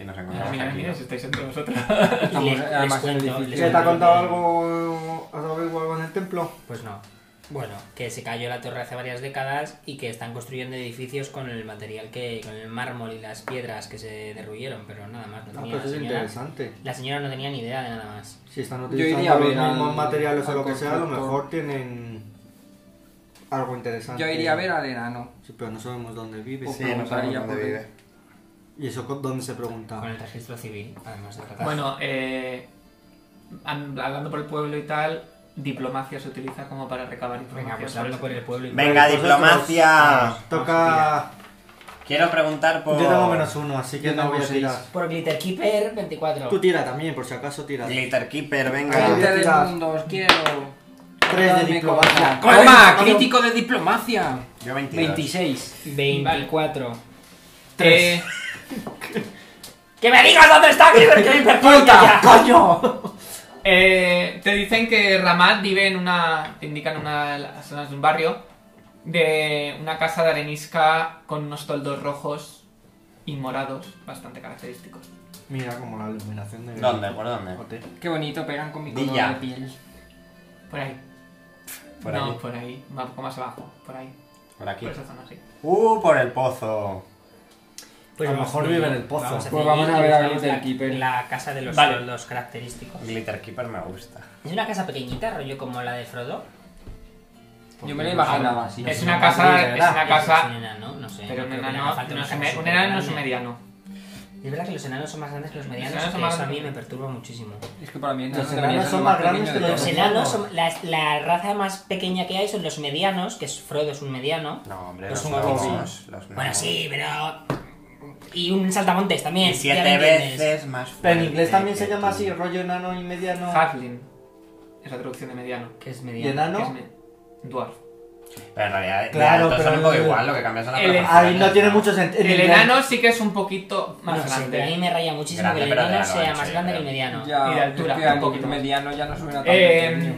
Y nos encontramos Ah, Mira, aquí. mira, si estáis entre vosotros. Estamos les además en el cuento, edificio. ¿Qué, ¿Te ha contado algo? ¿Has averiguado algo en el templo? Pues no. Bueno, que se cayó la torre hace varias décadas y que están construyendo edificios con el material que. con el mármol y las piedras que se derruyeron, pero nada más. No Ah, tenía pues la es señora- interesante. la señora no tenía ni idea de nada más. Si están Yo iría utilizando a ver los mismos al- materiales o al lo que sea, a lo constructor. mejor tienen algo interesante. Yo iría a ver al enano. Sí, pero no sabemos dónde vive. Pues Sí, no sabemos preguntaría dónde por él. vive. ¿Y eso con- dónde se Con pregunta? el registro civil, además de tratar. Bueno, eh, an- hablando por el pueblo y tal, diplomacia se utiliza como para recabar información. venga, pues hablo por el pueblo y Venga, Vosotros, diplomacia. Ah, Toca. Quiero preguntar por. Yo tengo menos uno, así que Yo no tengo voy a seis. tirar. Por Glitter Keeper 24. Tú tira también, por si acaso tira. Glitter Keeper, Ah. venga. Gente del Tirar. mundo, os quiero. Tres de Dadme diplomacia. cobaza. ¡Toma! ¡Crítico de diplomacia! Yo 22. 26. 24. Eh, ¡Que me digas dónde está Glitter ¡Ah, Keeper! ¡Puta! ¡Coño! eh, te dicen que Ramat vive en una. te indican una de las zonas de un barrio. de una casa de arenisca con unos toldos rojos y morados bastante característicos. Mira como la iluminación de. ¿Dónde? ¿Por dónde? Joder. Qué bonito, pegan con mi color Villa. de piel. Por ahí. Por no, aquí. por ahí. Un poco más abajo. Por ahí. Por aquí. Por esa zona, sí. Uh, por el pozo. Pues A lo mejor vive en el pozo. Vamos a, Pues vamos a ver a Glitter Keeper. en La casa de los Vale. toldos característicos. Glitter Keeper me gusta. Es una casa pequeñita, rollo como la de Frodo. Yo me la imaginaba así. es una casa. Es una Es pues un casa. enano, no sé. Pero un creo que le enano, haga falta no una es casa un me- un súper enano no es un grande. mediano. Es verdad que los enanos son más grandes que los medianos, enanos son que más eso a mí grandes. me perturba muchísimo. Es que para mí Los entonces enanos son más grandes que Los Los enanos medianos. son. La, la raza más pequeña que hay son los medianos, que es Frodo es un mediano. No, hombre, Los los humanos. nuevos, los Bueno, nuevos. sí, pero. Y un saltamontes también. Y ya siete me entiendes. veces más fuerte. Pero en inglés también que se llama tú. así, rollo enano y mediano. Halfling. Es la traducción de mediano. Que es ¿Y mediano. que enano? es me- Dwarf. Pero en realidad, Claro, claro, son pero un poco el- igual, lo que cambias son las el- proporciones, Ahí Ah, no tiene mucho sentido. El enano sí que es un poquito más No sé, pero a mí grande. me raya muchísimo Grande, que el pero enano de la sea noche, más grande que el creo. mediano. Y de altura, es que a un poquito mí más. mediano ya no suena tan Eh, pequeño.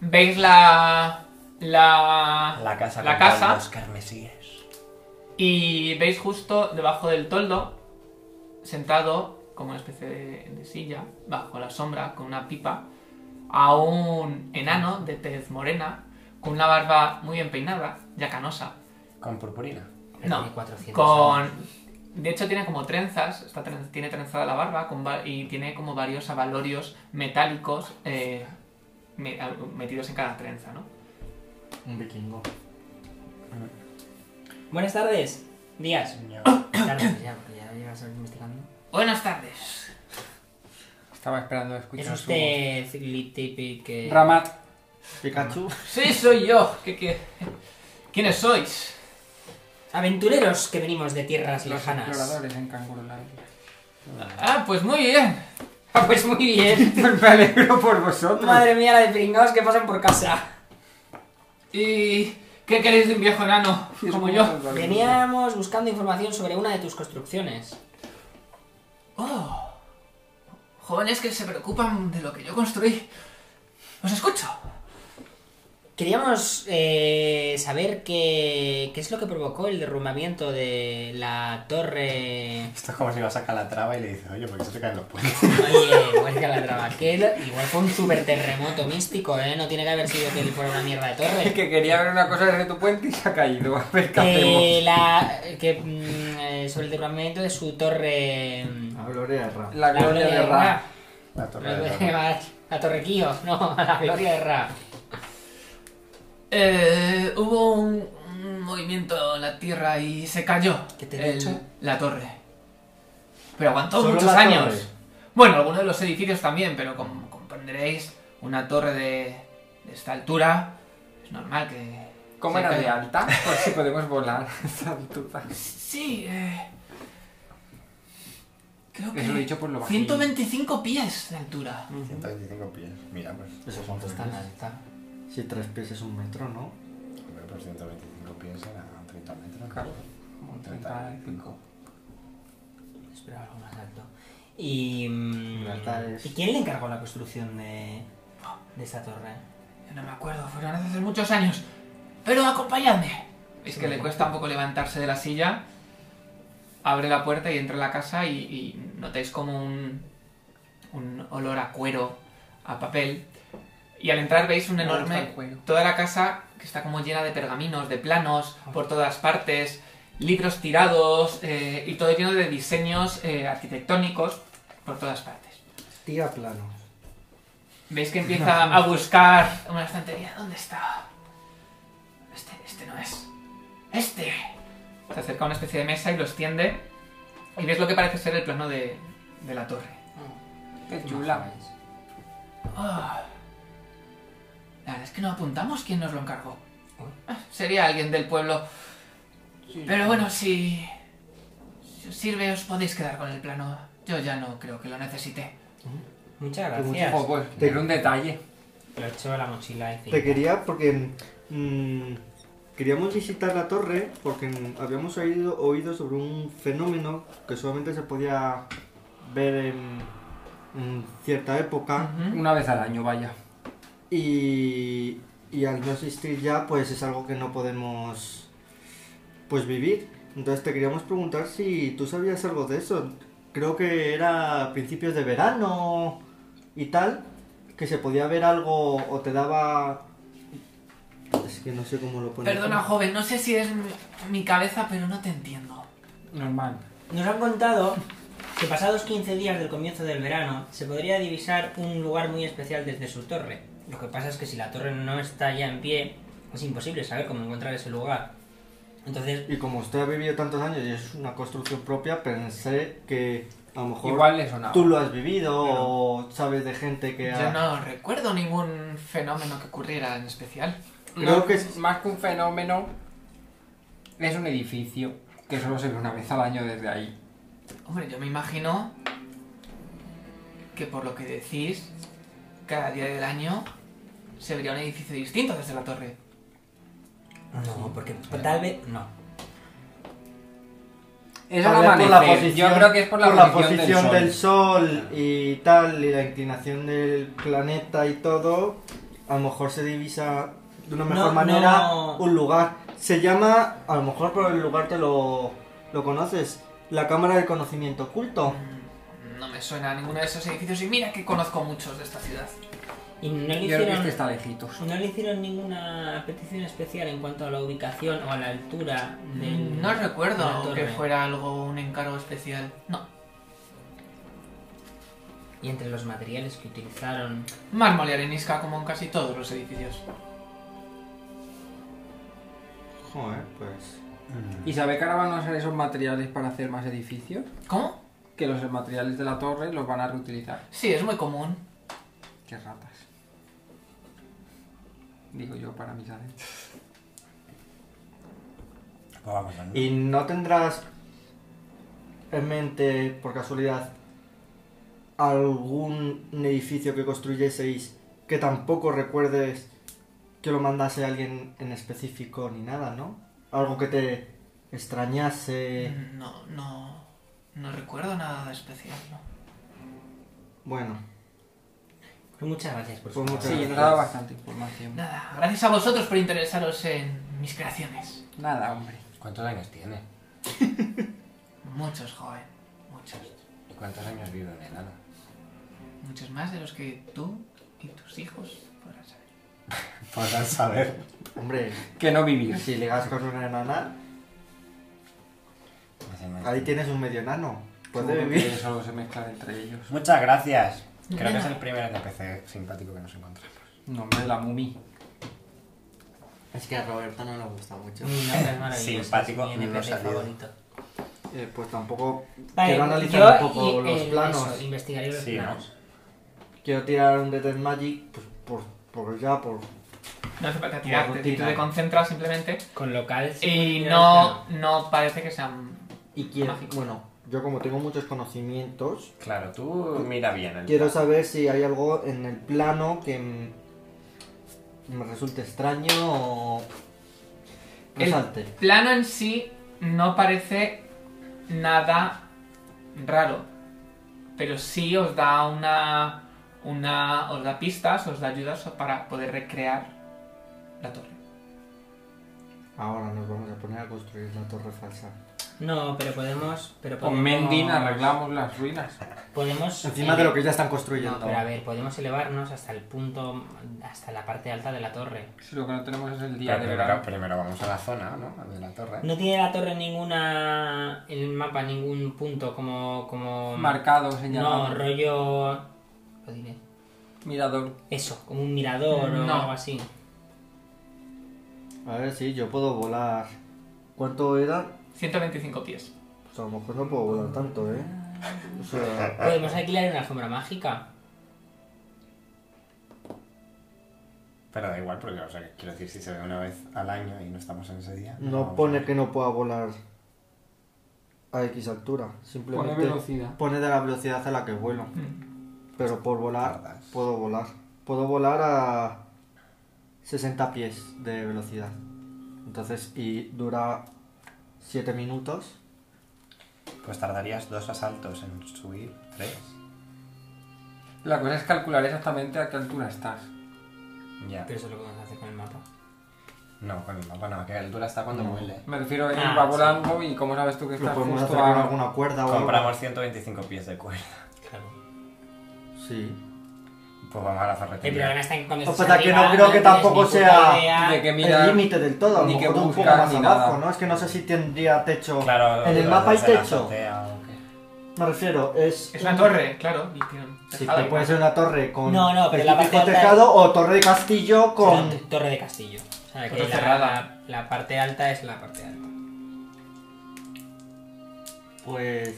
¿Veis la. la. La casa la con casa? toldos carmesíes. Y veis justo debajo del toldo, sentado como una especie de, de silla, bajo la sombra, con una pipa, a un enano de tez morena, con una barba muy bien peinada, ya canosa, Con purpurina. No, Tiene 400 con... años. De hecho tiene como trenzas, está tren- tiene trenzada la barba con va- y tiene como varios abalorios metálicos eh, me- a- metidos en cada trenza, ¿no? Un vikingo. Buenas tardes. Días. Tardes, ya, porque ya llevas investigando. Buenas tardes. Estaba esperando a escuchar ¿Es usted Glitter su... que... Ramat. Pikachu. Sí, soy yo. ¿Qué, qué? quiénes sois? Aventureros que venimos de tierras Los lejanas. exploradores en Canguro Land. Ah, pues muy bien. Ah, pues muy bien. Me alegro por vosotros. Madre mía, la de pringados que pasan por casa. ¿Y qué queréis de un viejo enano como yo? Veníamos buscando información sobre una de tus construcciones. Oh, jóvenes que se preocupan de lo que yo construí. Os escucho. Queríamos eh, saber qué, qué es lo que provocó el derrumbamiento de la torre. Esto es como si vas a Calatrava y le dices, oye, ¿por qué se te caen los puentes? Oye, eh, igual que la traba. Que el- Igual fue un super terremoto místico, ¿eh? No tiene que haber sido que fuera una mierda de torre. Que quería ver una cosa desde tu puente y se ha caído. A ver qué Eh, hacemos. la, que, mm, eh, sobre el derrumbamiento de su torre. mm, Hablaré a Ra. La gloria de Ra. La No torre le de puede Londres. llamar a Torrequillo, no, a la Gloria de Ra. Eh, hubo un, un movimiento en la tierra y se cayó ¿Qué te he dicho? la torre. Pero aguantó Solo muchos la años. torre. Bueno, algunos de los edificios también, pero como comprenderéis, una torre de, de esta altura es normal que... ¿Cómo se era de caiga. alta? Por si pues podemos volar. Esa altura. Sí, eh... Creo que... Eso lo he dicho por lo bajito. 125 pies de altura. 125 pies. Mira, pues. Eso cuánto Está en alta. Si tres pies es un metro, ¿no? Hombre, por 125 pies era 30 metros. Claro. Un Treinta y 35. cinco. Esperaba algo más alto. Y. mm, Libertad es- ¿Y quién le encargó la construcción de, de esta torre? Yo no me acuerdo, fueron hace muchos años. Pero acompañadme. Es que le cuesta un poco levantarse de la silla. Abre la puerta y entra en la casa y, y notáis como un, un olor a cuero, a papel. Y al entrar veis un Me gusta enorme... el juego. Toda la casa que está como llena de pergaminos, de planos, por todas partes, libros tirados eh, y todo lleno de diseños eh, arquitectónicos por todas partes. Tira planos. Veis que empieza a buscar una estantería. ¿Dónde está? Este, este no es. Este. Se acerca a una especie de mesa y lo extiende. Y ves lo que parece ser el plano de, de la torre. Qué chula. Ah. La verdad es que no apuntamos quién nos lo encargó. Ah, Sería alguien del pueblo. Pero bueno, si, si os sirve, os podéis quedar con el plano. Yo ya no creo que lo necesite. Muchas Pues gracias. Ojo, pues, Te- era un detalle. Lo echo a la mochila, en fin. Te quería porque mm, queríamos visitar la torre porque mm, habíamos oído, oído sobre un fenómeno que solamente se podía ver en, en cierta época Ujú. Una vez al año, vaya. y, y al no existir ya pues es algo que no podemos pues vivir. Entonces te queríamos preguntar si tú sabías algo de eso. Creo que era a principios de verano y tal, que se podía ver algo o te daba... Es que no sé cómo lo poner. Perdona, joven, no sé si es mi- mi cabeza, pero no te entiendo. Normal. Nos han contado que pasados 15 días del comienzo del verano se podría divisar un lugar muy especial desde su torre. Lo que pasa es que si la torre no está ya en pie, es imposible saber cómo encontrar ese lugar. Entonces, Y como usted ha vivido tantos años y es una construcción propia, pensé que a lo mejor Igual le sonaba. tú lo has vivido o sabes de gente que Yo ha... no recuerdo ningún fenómeno que ocurriera en especial. No, Creo que es- más que un fenómeno, es un edificio que solo se ve una vez al año desde ahí. Hombre, yo me imagino que por lo que decís, cada día del año se vería un edificio distinto desde la torre. no, porque tal vez no. Es Tal al vez por la amanecer. Yo posición- creo que es por la posición, del, sol. sol y tal, y la inclinación del planeta y todo, a lo mejor se divisa de una No, mejor manera no. un lugar. Se llama, a lo mejor por el lugar te lo, lo conoces, la Cámara del Conocimiento Oculto. Mm, No me suena a ninguno de esos edificios y mira que conozco muchos de esta ciudad. Y Yo no le, creo que hicieron, este está lejitos. no le hicieron ninguna petición especial en cuanto a la ubicación o a la altura del... Mm, No de la recuerdo torre. que fuera algo, un encargo especial. No. Y entre los materiales que utilizaron... Mármol y arenisca como en casi todos los edificios. Joder, pues... ¿Y sabe que ahora van a usar esos materiales para hacer más edificios? ¿Cómo? Que los materiales de la torre los van a reutilizar. Sí, es muy común. Qué ratas. Digo yo para mis adentros. Pues vamos, ¿no? ¿Y no tendrás en mente, por casualidad, algún edificio que construyeseis que tampoco recuerdes que lo mandase alguien en específico ni nada, ¿no? Algo que te extrañase. Mm, No, no. No recuerdo nada de especial, ¿no? Bueno, Muchas gracias por su Pues muchas Sí, trabajo. nos gracias. ha dado bastante información. Nada, gracias a vosotros por interesaros en mis creaciones. Nada, hombre. ¿Cuántos años tiene? Muchos, joven. Muchos. ¿Y cuántos años vive un enano? Muchos más de los que tú y tus hijos podrán saber. Podrán Pues saber. hombre, Que no vivir. si ligas con una enana, Pues ahí tienes un medio enano. Puede Pues Seguro vivir. que Solo se mezclan entre ellos. Pues Muchas gracias. Creo Nada. que es el primer NPC simpático que nos encontramos. Nombre de la mumi. Es que a Roberta no le gusta mucho. Mi nombre es maravilloso, Simpático, es mi NPC no salido. favorito. pues tampoco Vale, quiero yo analizar un poco y- los eh, planos. eso, investigaré los Sí, ¿no? planos. Quiero tirar un Dead Magic pues, por, por ya, por No hace falta Por tirarte, tú rutina. te concentras simplemente. Con local. sí, Y yo no, no parece que sean. Y quiero, Mágico. bueno, yo como tengo muchos conocimientos, Claro, tú mira bien el quiero saber si hay algo en el plano que m- me resulte extraño o El resalte. plano en sí no parece nada raro, pero sí os da una. una os da pistas, os da ayudas para poder recrear la torre. Ahora nos vamos a poner a construir la torre falsa. No, pero podemos. Pero Con podemos Mendin arreglamos las ruinas. Podemos. Encima de lo que ya están construyendo. No, pero a ver, podemos elevarnos hasta el punto. hasta la parte alta de la torre. Si lo que no tenemos es el día Pero de primero, verano. primero vamos a la zona, ¿no? A de la torre. No tiene la torre ninguna. en el mapa ningún punto como. como Marcado, señalado. No, rollo. Lo diré. Mirador. Eso, como un mirador No. o algo así. A ver, sí, yo puedo volar. ¿Cuánto era? 125 pies. Pues a lo mejor no puedo volar tanto, ¿eh? O sea, Podemos alquilar una alfombra mágica. Pero da igual, porque, o sea, quiero decir, si se ve una vez al año y no estamos en ese día. no vamos a pone ver. que no pueda volar a X altura. Pone Simplemente velocidad. pone de la velocidad a la que vuelo. Mm. Pero por volar, Tardas. puedo volar. Puedo volar a 60 pies de velocidad. Entonces, y dura 7 minutos. Pues tardarías dos asaltos en subir, tres. La cosa es calcular exactamente a qué altura estás. Ya. Pero eso lo podemos hacer con el mapa. No, con el mapa no, que altura está cuando muele. Me refiero a que Ah, va sí. volando y cómo sabes tú que Lo estás podemos hacer justo con a... alguna Ah, cuerda o algo. Compramos 125 pies de cuerda. Claro. Sí. Pues vamos a la El ferretería. problema está en que cuando O estés sea, Pues que arriba no creo que tienes tampoco ni puta sea idea. de que el mirar, límite del todo, a lo ni que mejor un poco buscar, más ni abajo, nada. ¿no? Es que no sé si tendría techo. Claro, En el lo mapa hay haces en la techo. azotea o qué. Me refiero, es. Es una un- torre, claro. y tiene un Sí, tejado pero y puede tal. ser una torre con. No, no, pero el la parte típico alta- tejado o torre de castillo con. Torre- Torre de castillo. O sea, que Torre la, cerrada. la- la parte alta es la parte alta. Pues.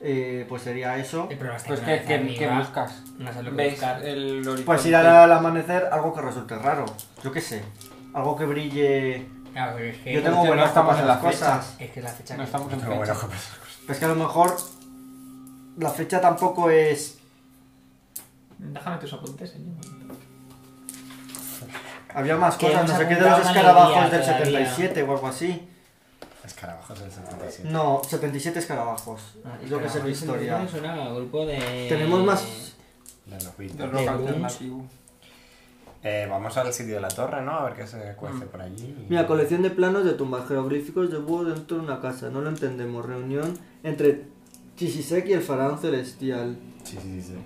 eh, pues sería eso. El problema está Pues en que que, una que, vez que arriba, buscas. No sé lo que ¿Ves buscar. el horizonte? Pues ir al amanecer algo que resulte raro. Yo qué sé. Algo que brille. Claro, pero es que, Yo tengo que buenas no estamos tapas en las la fecha. cosas. es que es la fecha No que- estamos en Pero bueno, fecha. Pues que a lo mejor. La fecha tampoco es. Déjame tus apuntes, señor. Había más Que cosas, hemos no sé qué de apuntado los una escarabajos alegría del todavía. 77 o algo así. escarabajos del 77. No, 77 escarabajos. Ah, es lo que sé de caramba, historia. no suena a grupo de... Tenemos más. De los De Beatles. rock de alternativo. Eh, vamos al sitio de la torre, ¿no? A ver qué se cuece por allí. Mira, colección de planos de tumbas jeroglíficos de búho dentro de una casa. No lo entendemos. Reunión entre Chishisek y el faraón celestial. Sí, sí, sí.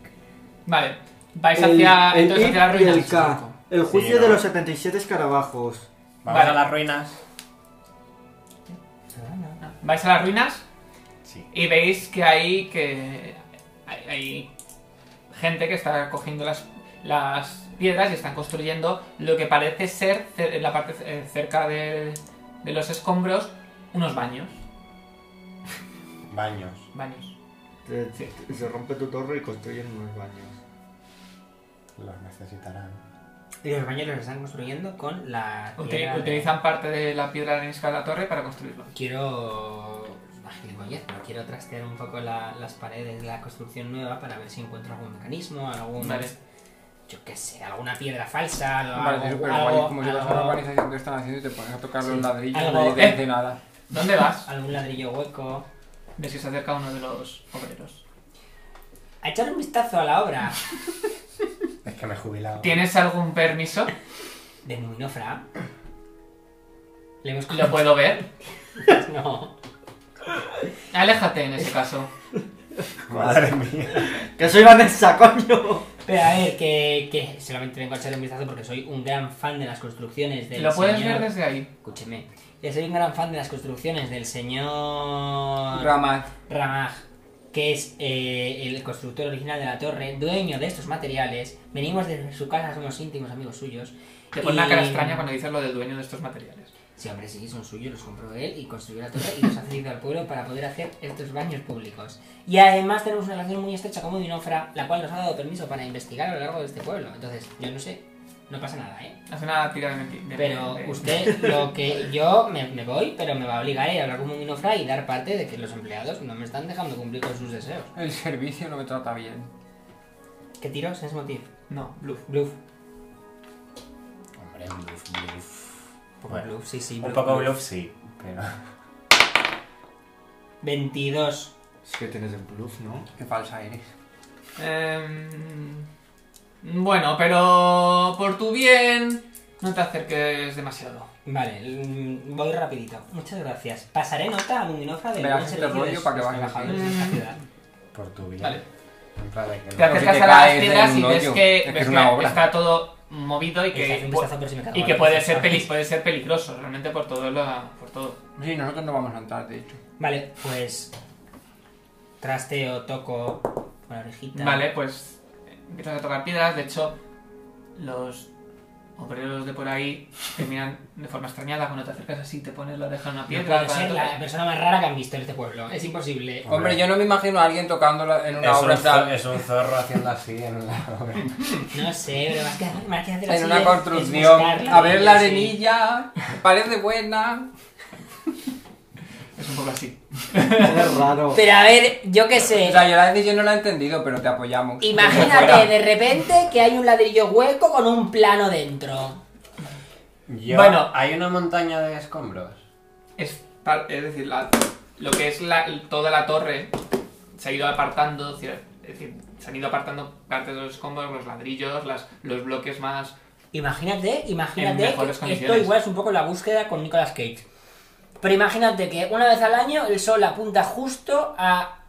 Vale. Vais el, hacia, el entonces Ip hacia las y ruinas. el K. El juicio Sí, de ¿no? los 77 escarabajos. Vamos Vale. a las ruinas. Ah, Vais a las ruinas Sí. y veis que hay que hay, hay gente que está cogiendo las, las piedras y están construyendo lo que parece ser cer- en la parte eh, cerca de, de los escombros unos baños. Baños. Baños. Te- Sí. te- se rompe tu torre y construyen unos baños. Los necesitarán. Y los baños los están construyendo con la... Uti- piedra de- utilizan parte de la piedra arenisca de la torre para construirlo. Quiero... una gilipollez, pero quiero trastear un poco la- las paredes de la construcción nueva para ver si encuentro algún mecanismo, algún... Vale. Yo qué sé, alguna piedra falsa, algo... Vale, pero igual, algo- como llegas a algo- una urbanización que están haciendo y te pones a tocar Sí. los ladrillos Algo, no dices ¿eh? de nada. ¿Dónde vas? algún ladrillo hueco... Ves que se acerca uno de los obreros. A echar un vistazo a la obra Es que me he jubilado. ¿Tienes algún permiso? de Numinofra. Le hemos ¿Lo puedo ver? No. Aléjate en ese caso. Madre mía. ¡Que soy Vanessa, coño! Pero a ver, que, que solamente vengo a echarle un vistazo porque soy un gran fan de las construcciones del Lo puedes señor... ver desde ahí. Escúcheme. Que soy un gran fan de las construcciones del señor... Ramas. Ramaj, que es eh, el constructor original de la torre, dueño de estos materiales. Venimos de su casa, somos íntimos amigos suyos. Te pone una cara y- extraña cuando dices lo del dueño de estos materiales. Sí, hombre, sí, son suyos, los compró él y construyó la torre y los ha cedido al pueblo para poder hacer estos baños públicos. Y además tenemos una relación muy estrecha con Dinofra, la cual nos ha dado permiso para investigar a lo largo de este pueblo. Entonces, yo no sé, no pasa nada, ¿eh? Hace una tira de mentir. de- Pero de- usted, lo que yo me, me voy, pero me va a obligar a ir a hablar con Dinofra y dar parte de que los empleados no me están dejando cumplir con sus deseos. El servicio no me trata bien. ¿Qué tiro? Sense motif. No, bluff. Bluff. Hombre, un bluff, bluff. Un poco Bueno, bluff, sí, sí. Un poco bluff, sí. Pero. 22. Es que tienes en bluff, ¿no? Qué falsa eres. Em, bueno, pero por tu bien, no te acerques demasiado. Vale, mm, voy rapidito. Muchas gracias. Pasaré nota a Mundinofra de Me buen das este servicio de rollo para que sus vayas a trabajadores de esta ciudad. Mm. Por tu bien. Vale. En plan de que Te no. Claro, si acercas te a las caes de piedras un y ves hoyo, que, es que ves es que una obra. está todo movido y Y hace que, un vistazo, pero si me cago y en que la puede, cabeza. ser peli- puede ser peligroso realmente por todo. la- por todo. Sí, nosotros no vamos a entrar, de hecho. Vale, pues. Trasteo, toco con la orejita. Vale, pues eh, empiezas a tocar piedras. De hecho, los obreros de por ahí te miran de forma extrañada cuando te acercas así, te pones la oreja en una No piedra. puedo ser cuando la tocas. persona más rara que han visto en este pueblo. Es imposible. Hombre. Hombre, yo no me imagino a alguien tocando la- en una Es obra un, en plan- zo- es un zorro haciendo así en la obra. No sé, pero más que, más que hacer así En una es- construcción. es buscarla A ver y la así. arenilla. Parece buena. Es un poco así. Es raro. Pero a ver, yo qué O sé. sea, yo la decisión no la he entendido, pero te apoyamos. Imagínate de repente que hay un ladrillo hueco con un plano dentro. Yo- Bueno. hay una montaña de escombros. Es, par- es decir, la- lo que es la- toda la torre se ha ido apartando, cier- es decir, se han ido apartando partes de los escombros, los ladrillos, las, los bloques más... Imagínate, En imagínate. mejores Que esto condiciones. igual es un poco la búsqueda con Nicolas Cage. Pero imagínate que una vez al año el sol apunta justo a.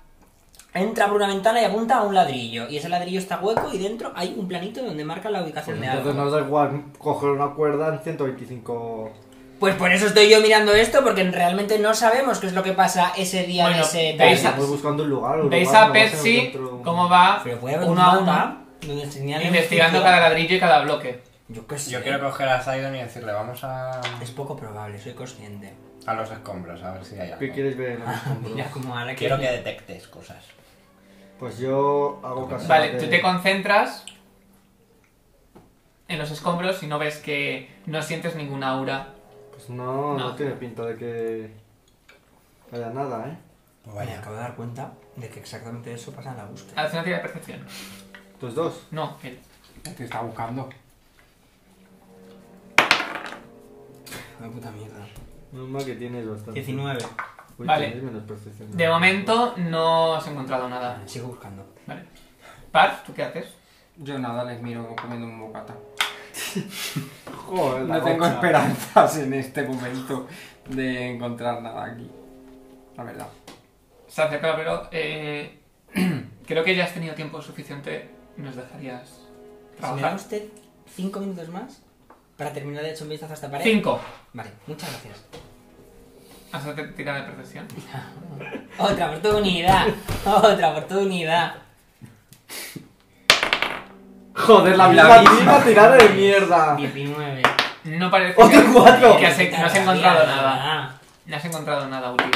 Entra por una ventana y apunta a un ladrillo. Y ese ladrillo está hueco y dentro hay un planito donde marca la ubicación Pues de algo. entonces nos da igual coger una cuerda en 125. Pues por eso estoy yo mirando esto, porque realmente no sabemos qué es lo que pasa ese día Bueno, de ese veis tal. a- Estamos buscando un lugar. un Veis lugar, a no sé, Pepsi encuentro- cómo va Pero puede haber uno a un uno mapa donde señalen investigando un sitio. cada ladrillo y cada bloque. Yo qué sé. Yo quiero coger a Sidon y decirle, vamos a, Es poco probable, soy consciente. a los escombros, a ver si hay algo. ¿Qué quieres ver en los escombros? Mira como ahora Quiero que detectes cosas. Pues yo hago caso. Vale, de- tú te concentras en los escombros y no ves que no sientes ninguna aura. Pues no, no, No. tiene pinta de que haya nada, ¿eh? Pues Me acabo de dar cuenta de que exactamente eso pasa en la búsqueda. Haz Ah, una tira de percepción. Tus Pues dos. No, él. Te está buscando. Una puta mierda. Menos mal que tienes bastante. 19. Uy, Vale. tienes menos percepción. De momento no has encontrado nada. Sigo buscando. Vale. Par, ¿tú qué haces? Yo nada, les miro comiendo un bocata. Joder, la No tengo rocha. esperanzas en este momento de encontrar nada aquí. La verdad. Se acerca, pero eh, creo que ya has tenido tiempo suficiente. Nos dejarías Si me da trabajar. usted 5 minutos más para terminar de echar un vistazo a esta pared. Cinco. Vale, muchas gracias. Haz una tira de percepción. Otra oportunidad, otra oportunidad. Joder, la La misma, misma. misma tirada de mierda. 19. No parece ¡Otro que, cuatro! que has, no has encontrado nada. Ah, No has encontrado nada útil.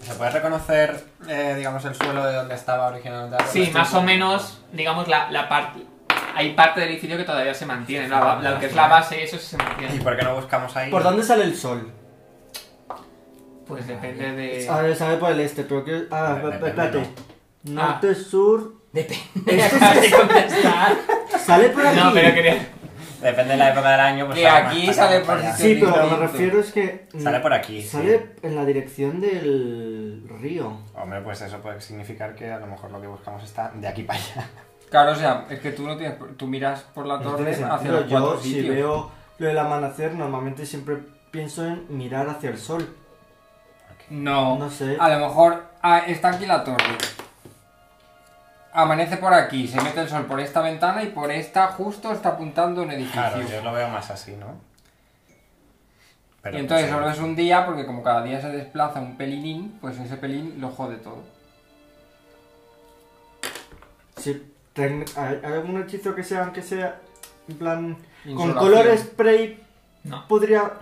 ¿Se puede reconocer, eh, digamos, el suelo de donde estaba originalmente? Pues la Sí, roca? más o menos, digamos, la, la parte. Hay parte del edificio que todavía se mantiene, la, ba- la- lo que es la base, eso sí se ¿Y mantiene. por qué no buscamos ahí? ¿Por dónde sale el sol? Pues depende A de. ver, sale por el este, pero que. Ah, Depende, Eh, espérate. espérate. Ah. Norte, sur. depende de cómo te contestar. Sale por aquí. No, pero quería. Depende de la época del año, pues De sale más aquí para sale acá, para por allá. sitio- Sí, pero lo que me Distinto. refiero es que. Sale por aquí, sí. Sale en la dirección del río. Hombre, pues eso puede significar que a lo mejor lo que buscamos está de aquí para allá. Claro, o sea, es que tú no tienes. Tú miras por la No torre tiene sentido. hacia los Yo, cuatro si sitios. veo lo del amanecer, normalmente siempre pienso en mirar hacia el sol. No. No sé. A lo mejor ah, está aquí la torre. Amanece por aquí, se mete el sol por esta ventana y por esta justo está apuntando un edificio. Claro, yo lo veo más así, ¿no? Pero pues, y entonces no sé. solo es un día porque como cada día se desplaza un pelinín, pues ese pelín lo jode todo. Si ten- ¿Hay hay algún hechizo que sea, aunque sea en plan. Con Insolación. color spray No. podría.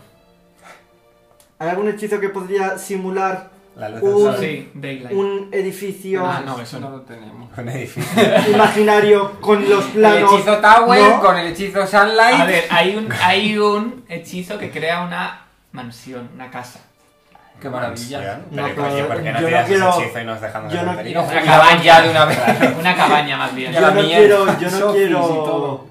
¿Hay algún hechizo que podría simular La luz del Un- sol. Sí, Daylight. un edificio Ah, no, eso no no. lo tenemos. Un edificio. imaginario con los el planos? hechizo Tower ¿no? con el hechizo Sunlight. A ver, hay un, hay un hechizo que crea una mansión, una casa. Qué maravilla. Pero, No, coño, pero ¿por qué no yo no tiras quiero- ese hechizo y nos dejamos yo de no tonterías? Una cabaña de una vez. Una cabaña más bien. Ya. Yo la no mierda, quiero, yo no sofis y quiero. todo.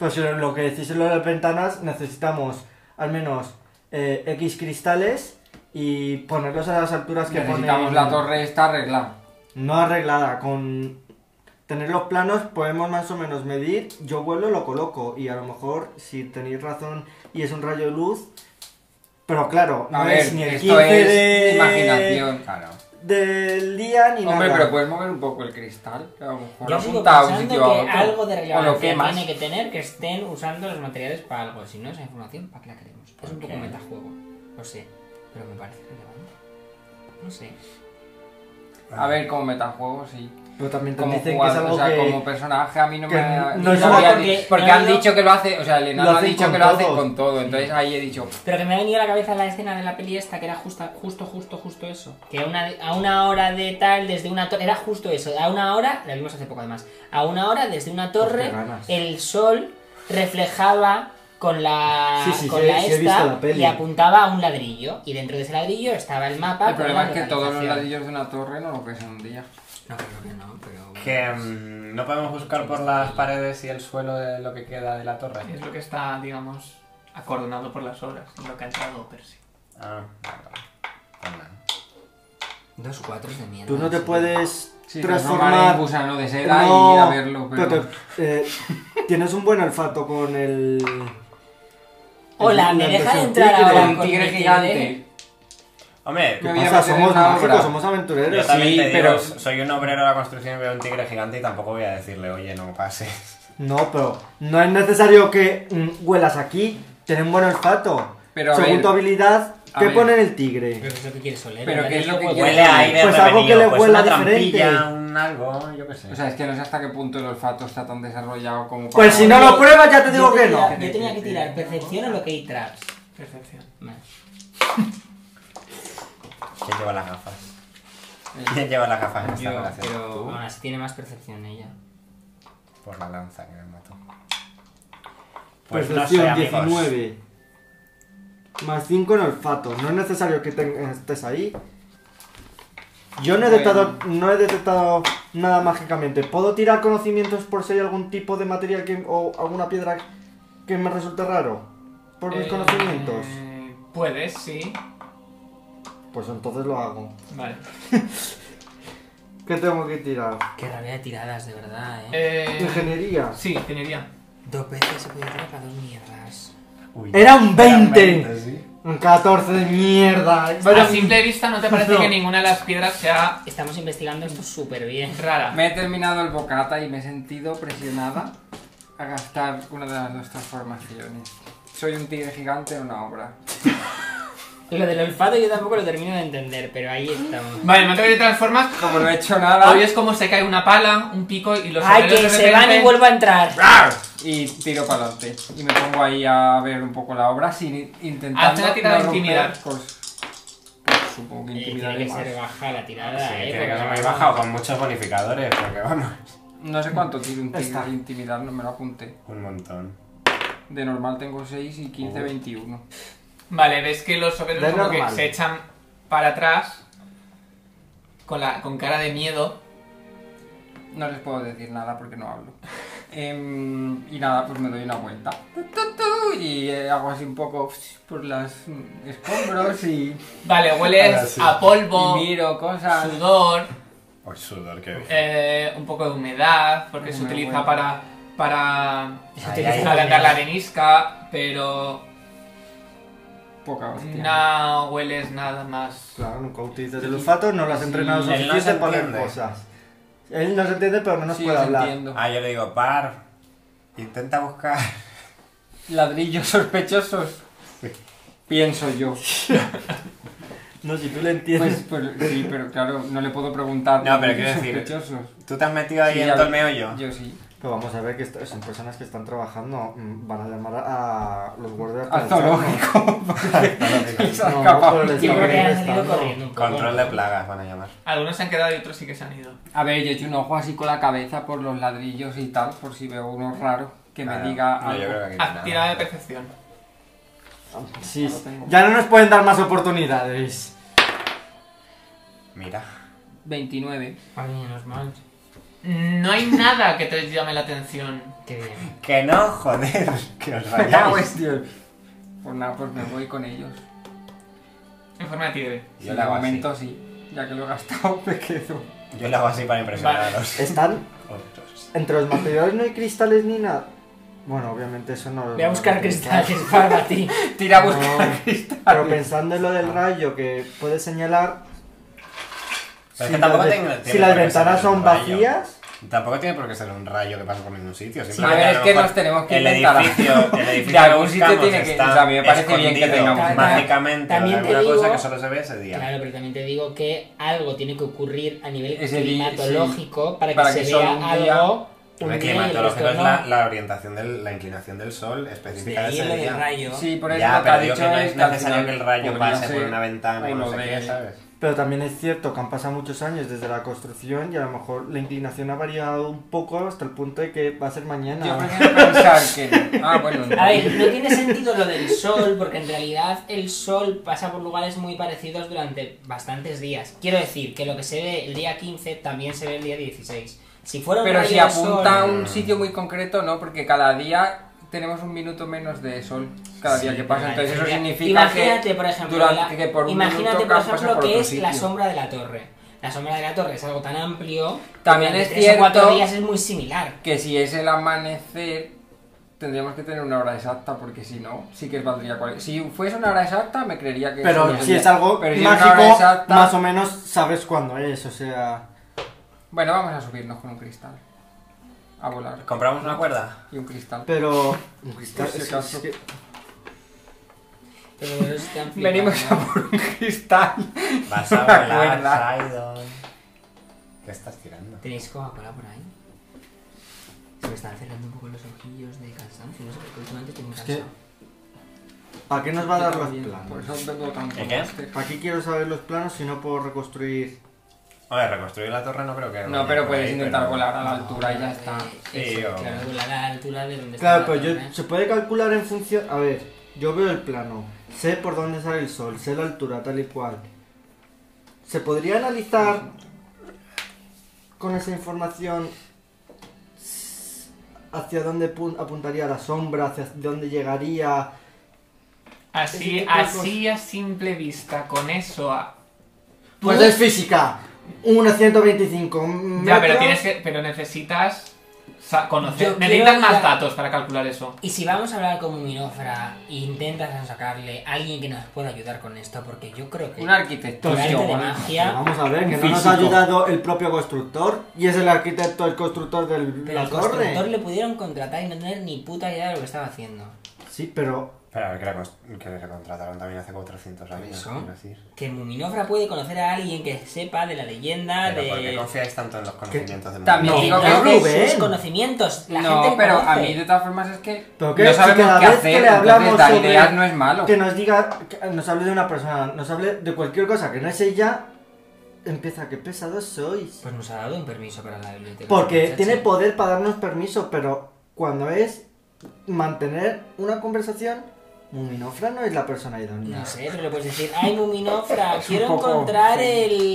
Pues lo- lo que decís en lo de las ventanas, necesitamos al menos eh, X cristales y ponerlos a las alturas que Necesitamos ponen- la torre esta arreglada. No arreglada, con tener los planos podemos más o menos medir, yo vuelo lo coloco y a lo mejor si tenéis razón y es un rayo de luz, pero claro, A no ver, es ni el esto 15 es de- imaginación, claro. del día ni Hombre, nada. pero pues, puedes mover un poco el cristal, que a lo mejor Yo sigo apunta a un pensando sitio a que otro. algo de o lo relevancia quemas. tiene que tener que estén usando los materiales para algo. Si no, esa información, ¿para qué la queremos? Es un poco metajuego. Lo sé, pero me parece relevante. No sé. A ver, como metajuego, sí. Pero también te Como, dicen jugador, que es algo o sea, que... como personaje a mí no que me ha... no es no algo había- porque- porque han no, no. dicho que lo hace, o sea, el enano Lo ha hacen dicho con que lo hace todos. con todo, entonces ahí he dicho, Pero que me ha venido a la cabeza la escena de la peli esta, que era justa, justo, justo, justo eso. Que a una, a una hora de tal, desde una torre. Era justo eso. A una hora, la vimos hace poco además. A una hora, desde una Pues torre, qué ganas. el sol reflejaba con la, Sí, sí, con sí, la sí, he visto la esta peli. y apuntaba a un ladrillo. Y dentro de ese ladrillo estaba el mapa. el con problema la es que todos los localización. ladrillos de una torre no lo ves en un día. No, creo que no, pero. Que um, mm, no podemos buscar por las paredes y el suelo de lo que queda de la torre. Es lo que está, digamos, acordonado por las obras, lo que ha entrado Percy. Ah, vale, vale. Pues nada. Dos cuatros de mierda. Tú no te sí. puedes Sí, transformar en transformar... gusano de seda y No, ir a verlo, pero... te- eh, tienes un buen olfato con el... Hola, el- ¿me la dejan impresión. entrar Tigre. ahora? un con tigre mi gigante. tigre. Hombre, ¿Qué Me voy a pasa? meter en Somos una obra. mágicos, somos yo aventureros. también sí, te digo, pero- soy un obrero de la construcción y veo un tigre gigante y tampoco voy a decirle, oye, no pases. No, pero no es necesario que mm, huelas aquí. Tienen buen olfato. Pero a Según ver, tu habilidad, a ¿qué ver. pone en el tigre? Pero es lo que quieres oler. Pero ¿verdad? ¿qué es lo que juego- quieres Huele a aire Pues algo revenido, que le pues huela una diferente. trampilla, un algo, yo qué sé. O sea, es que no sé hasta qué punto el olfato está tan desarrollado como para... Pues si no lo pruebas, ya te digo que no. tenía- Yo tenía que tirar percepción o lo que hay traps. Percepción. Vale. ¿Quién lleva las gafas? Eh, ¿Quién lleva las gafas en esta Yo, relación? pero ¿Tú? aún así tiene más percepción ella. Por la lanza que me mató. Pues no sé, Percepción amigos. 19. Más 5 en olfato. No es necesario que te- estés ahí. Yo no he, detectado, no he detectado nada mágicamente. ¿Puedo tirar conocimientos por si hay algún tipo de material que, o alguna piedra que me resulte raro? Por mis Eh, conocimientos. Puedes, sí. Pues entonces lo hago. Vale. ¿Qué tengo que tirar? Qué rabia de tiradas, de verdad, eh. Eh, Ingeniería. sí, ingeniería. Dos veces se puede tirar para dos mierdas. Uy, Era un 20. era un 20, sí. Un 14 de mierda. a simple vista no te parece No. que ninguna de las piedras sea Estamos investigando esto súper bien. rara. Me he terminado el bocata y me he sentido presionada a gastar una de las dos transformaciones. Soy un tigre gigante en una obra. Lo del olfato yo tampoco lo termino de entender, pero ahí estamos. Vale, no te transformas. Como no he hecho nada Hoy es como se cae una pala, un pico y los ¡Ay, obreros que de se van y repente- vuelvo a entrar! y tiro para adelante. Y me pongo ahí a ver un poco la obra sin intentar. Hazte una tirada de intimidar. Pues, pues supongo que Eh, intimidar tiene que es más. ser baja la tirada, Sí, eh. tiene que porque ser muy vamos- baja o con muchos bonificadores, porque vamos. No sé cuánto tiro un tigre Está. de intimidar, no me lo apunté. Un montón. De normal tengo 6 y 15, Oh. 21. Vale, ves que los Da obreros como que normal. se echan para atrás con, la, con cara de miedo. No les puedo decir nada porque no hablo. Em, y nada, pues me doy una vuelta. Tu, tu, tu, Y eh, hago así un poco por las mm, escombros y, Vale, Ahora hueles sí. a polvo, y miro cosas. sudor, Uy, sudor, que. eh, un poco de humedad, porque Como se me utiliza huele. para, para Se utiliza para ablandar la humedad. arenisca, pero Poca hostia. no hueles nada más. Claro, nunca utilizas el olfato, no lo has entrenado Sí, él no suficiente se para leer entiende. cosas. Él no se entiende, pero no nos Sí, puede os hablar. entiendo. Ah, yo le digo, par. Intenta buscar. Ladrillos sospechosos. Pienso yo. No, si tú le Pues, entiendes. pues, sí, pero claro, no le puedo preguntar. No, pero por quiero decir- Sospechosos. ¿Tú te has metido ahí Sí, en ya todo el vi. meollo? Yo sí. Pero vamos a ver que esto- son personas que están trabajando. mm, Van a llamar a, a los guardias. Al para echarnos. zoológico. porque se ha No, escapado. pero les Yo creo que Está han salido molestando. corriendo un poco. Control de plagas van a llamar. Algunos se han quedado y otros sí que se han ido. A ver, yo he hecho un ojo así con la cabeza por los ladrillos y tal, por si veo uno raro que Claro. me diga Ah, No, yo algo. creo que aquí no hay Haz nada. Ah, tirada de percepción. Sí, sí. tengo. ya no nos pueden dar más oportunidades. Mira. 29. Ay, menos mal. No hay nada que te llame la atención. Qué bien. Que no, joder. Que os Me cago rayáis. en Dios. Pues nada, pues me voy con ellos. En forma de tigre. Si Yo de le hago así. momento sí. Ya que lo he gastado, me quedo. Yo lo hago así para impresionar Vale. a los Están otros. entre los materiales, no hay cristales ni nada. Bueno, obviamente eso no. Voy a buscar cristales para ti. Tira a No, buscar. pero pensando en lo del rayo que puede señalar. Pero es que tampoco las, tengo- ve- tiene si las por qué ventanas ser un son rayo. vacías, Tampoco tiene por qué ser un rayo que pasa por ningún sitio. a simplemente ver, es lo que mejor nos tenemos que el inventar. edificio, el edificio De algún que sitio buscamos tiene que- está o sea, me parece bien que escondido tengamos- mágicamente o de También te alguna cosa digo- que solo se ve ese día. Claro, pero también te digo que algo tiene que ocurrir a nivel Ese di- climatológico para que Para se que vea solo un día- algo. El día y el climatológico resto es no. la, la orientación, del, la inclinación del sol específica Ahí de es ese lo del día. rayo. Sí, por eso ya, lo que pero ha digo dicho que no es es al necesario final que el rayo podría pase por ser una ventana o uno no sé qué, de- ¿sabes? pero también es cierto que han pasado muchos años desde la construcción y a lo mejor la inclinación ha variado un poco hasta el punto de que va a ser mañana. Yo prefiero pensar que. Ah, bueno. A ver, no tiene sentido lo del sol, porque en realidad el sol pasa por lugares muy parecidos durante bastantes días. Quiero decir que lo que se ve el día 15 también se ve el día 16. Si fuera un Pero rayo si de apunta a sol- un sitio muy concreto, no, porque cada día tenemos un minuto menos de sol cada día Sí, que pasa. vale, Pues Entonces eso mira, significa imagínate, que por ejemplo, durante- la- que por un imagínate, minuto por pasa ejemplo, por que otro es la sitio. sombra de la torre. La sombra de la torre es algo tan amplio. que También durante es tres o cuatro cierto- días es muy similar. que si es el amanecer tendríamos que tener una hora exacta porque si no sí que valdría cual... si fuese una hora exacta me creería que Pero eso si es tendría- algo pero si es una hora mágico, exacta- más o menos sabes cuándo es, o sea... bueno vamos a subirnos con un cristal a volar ¿Compramos una cuerda? y un cristal Pero... si acaso. Pero bueno, es tan flipado, venimos ¿no? a por un cristal Vas a Una volar, cuerda. Sidon. ¿Qué estás tirando? ¿Tenéis Coca-Cola por ahí? Se me están cerrando un poco los ojillos de cansancio. No sé, porque últimamente estoy muy que- cansado. ¿Para qué nos va a dar los por planos? eso tengo tanto ¿El qué? máster. ¿Para qué quiero saber los planos si no puedo reconstruir? Oye, reconstruir la torre no creo que... no vaya pero por puedes ahí, intentar pero- volar a la altura y ya Eh, está pues Sí, eso, o- Claro, volar a la altura de donde Claro, está pero la yo... torre. Se puede calcular en función... A ver, yo veo el plano, sé por dónde sale el sol, sé la altura, tal y cual. ¿Se podría analizar con esa información s- hacia dónde pun- apuntaría la sombra, hacia dónde llegaría? Así, Ese tipo de así a simple vista, con eso. a- Pues es física. 1,125 metros. Ya, pero, tienes que, pero necesitas sa- conocer. Yo Necesitas quiero más la- datos para calcular eso. Y si vamos a hablar con un minófra e intentas sacarle a alguien que nos pueda ayudar con esto, porque yo creo que un tu arquitecto arte sí, de bueno. Pero magia, Vamos a ver, que no nos Físico. ha ayudado el propio constructor. Y es el arquitecto, el constructor de pero la al constructor torre. le pudieron contratar y no tener ni puta idea de lo que estaba haciendo. Sí, pero. Pero a ver, que, la cons- que se contrataron también hace 400 años, eso? quiero decir. Que el minófra puede conocer a alguien que sepa de la leyenda, Pero ¿por qué de... confiáis tanto en los conocimientos del También mundo? digo de que de Rubén. sus conocimientos. La no gente pero a conoce. mí de todas formas es que ¿Pero qué? no Si sabemos cada qué vez que hacer le hablamos entonces dar sobre- ideas no es malo Que nos diga, que nos hable de una persona, nos hable de cualquier cosa que no es ella. Empieza, que pesados sois. Pues nos ha dado un permiso para la biblioteca. Porque muchacho. tiene poder para darnos permiso, pero cuando es mantener una conversación, Muminofra no es la persona idónea. No sé, pero le puedes decir, ay Muminofra, quiero poco- encontrar sí.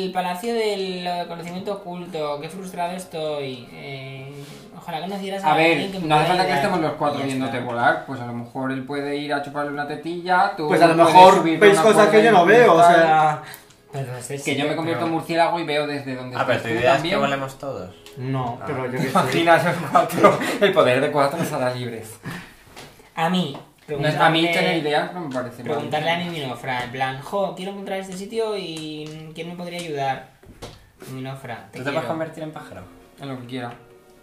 el palacio del eh, conocimiento oculto, qué frustrado estoy. eh, ojalá conocieras a, A alguien que ver, me no hace pueda falta que ayudar". estemos los cuatro Y ya viéndote está. volar, pues a lo mejor él puede ir a chuparle una tetilla, tú Pues a lo puedes mejor subirle veis una cosas cuerda que y yo no veo, o tal. Ah, sea. Pero no sé si Que yo me convierto en pero- murciélago y veo desde donde Ah, pero tu estás idea tú es que también. volemos todos. No, Ah. pero yo ¿Te que sé. Imaginas el cuatro, el poder de cuatro nos hará libres. A mí, No es- a mí preguntarle- tener ideas no me parece mal. Preguntarle a mi Minofra, en plan, jo, quiero encontrar este sitio y mm, ¿quién me podría ayudar? Minofra, te ¿Tú te vas a quiero. convertir en pájaro? En lo que quiera.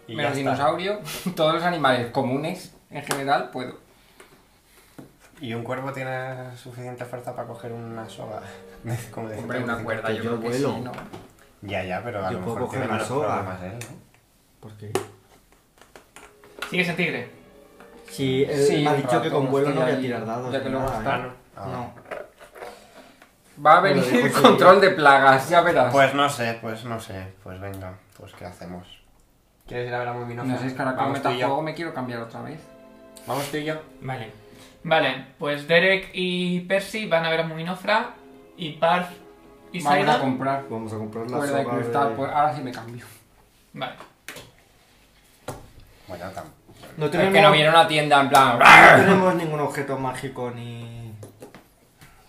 Y Menos ya está. dinosaurio, todos los animales comunes en general puedo. ¿Y un cuervo tiene suficiente fuerza para coger una soga? Como de Hombre, una 125. cuerda, yo, yo creo que vuelo. sí, ¿no? Ya, ya, pero a Yo lo puedo mejor coger tiene una menos soga. problemas él, ¿no? ¿Por qué? Sigue ese tigre. Sí, él Sí, me ha un dicho que rato, con vuelo estoy no voy a ahí, tirar dados. ya que ni luego nada, está, ¿eh? ¿no? Ah, No. Va a Me lo venir dijo el ese control día. de plagas, ya verás. Pues no sé, pues no sé. Pues venga, pues ¿qué hacemos? ¿Quieres ir a ver a Muminofra? no sé, es que ahora con Vamos tú y metajuego yo. me quiero cambiar otra vez. Vamos tú y yo. Vale. Vale, pues Derek y Percy van a ver a Muminofra y Parf y Vamos a Saida. comprar Vamos a comprar la cuerda de soga. cristal, de- pues ahora sí me cambio. Vale. Bueno, tam. No Es que no tenemos, viene una tienda en plan. no tenemos ningún objeto mágico ni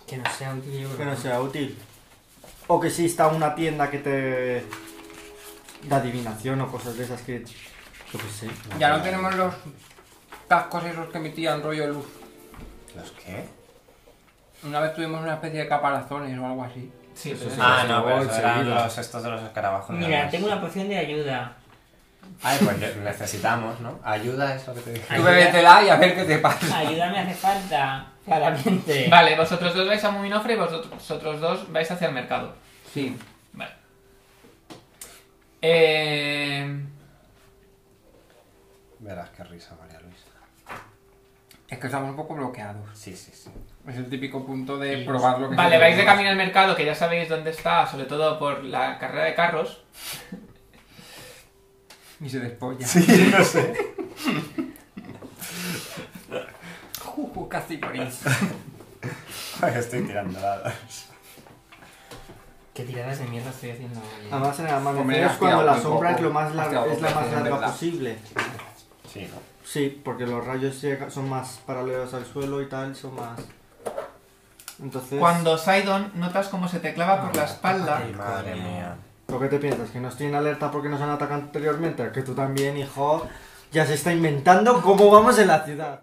Que no sea útil yo que creo. no sea útil. O que exista una tienda que te de adivinación o cosas de esas que. Yo qué sé. Ya no tenemos los cascos esos que emitían rollo luz. ¿Los qué? Una vez tuvimos una especie de caparazones o algo así. Sí, pero sí. eso- Ah, los no, pero eso snowballs, eran seguidos. los estos de los escarabajos. nada Mira, más. tengo una poción de ayuda. Ay, pues yo- necesitamos, ¿no? Ayuda es lo que te dije. Tú bebétela y a ver qué te pasa. Ayuda me hace falta, claramente. Vale, vosotros dos vais a Muminofre y vosotros, vosotros dos vais hacia el mercado. Sí. Vale. Eh, Verás qué risa, María Luisa. Es que estamos un poco bloqueados. Sí, sí, sí. Es el típico punto de probar lo que vale, se vais de puede. camino al mercado, que ya sabéis dónde está, sobre todo por la carrera de carros. Y se despolla. Sí, no sé. Juju, casi morís. Estoy tirando dados. Qué tiradas de mierda estoy haciendo hoy. eh? Además, en el Hombre, amanecer has es cuando quedado la muy sombra poco. es, lo más Has larga, quedado es la poco, más es larga verdad. posible. Sí, ¿no? Sí, porque los rayos llega- son más paralelos al suelo y tal, son más. Entonces. Cuando Sidon notas cómo se te clava por la espalda Ay, madre mía. ¿Lo que te piensas? ¿Que no estoy en alerta porque nos han atacado anteriormente? Que tú también, hijo. Ya se está inventando cómo vamos en la ciudad.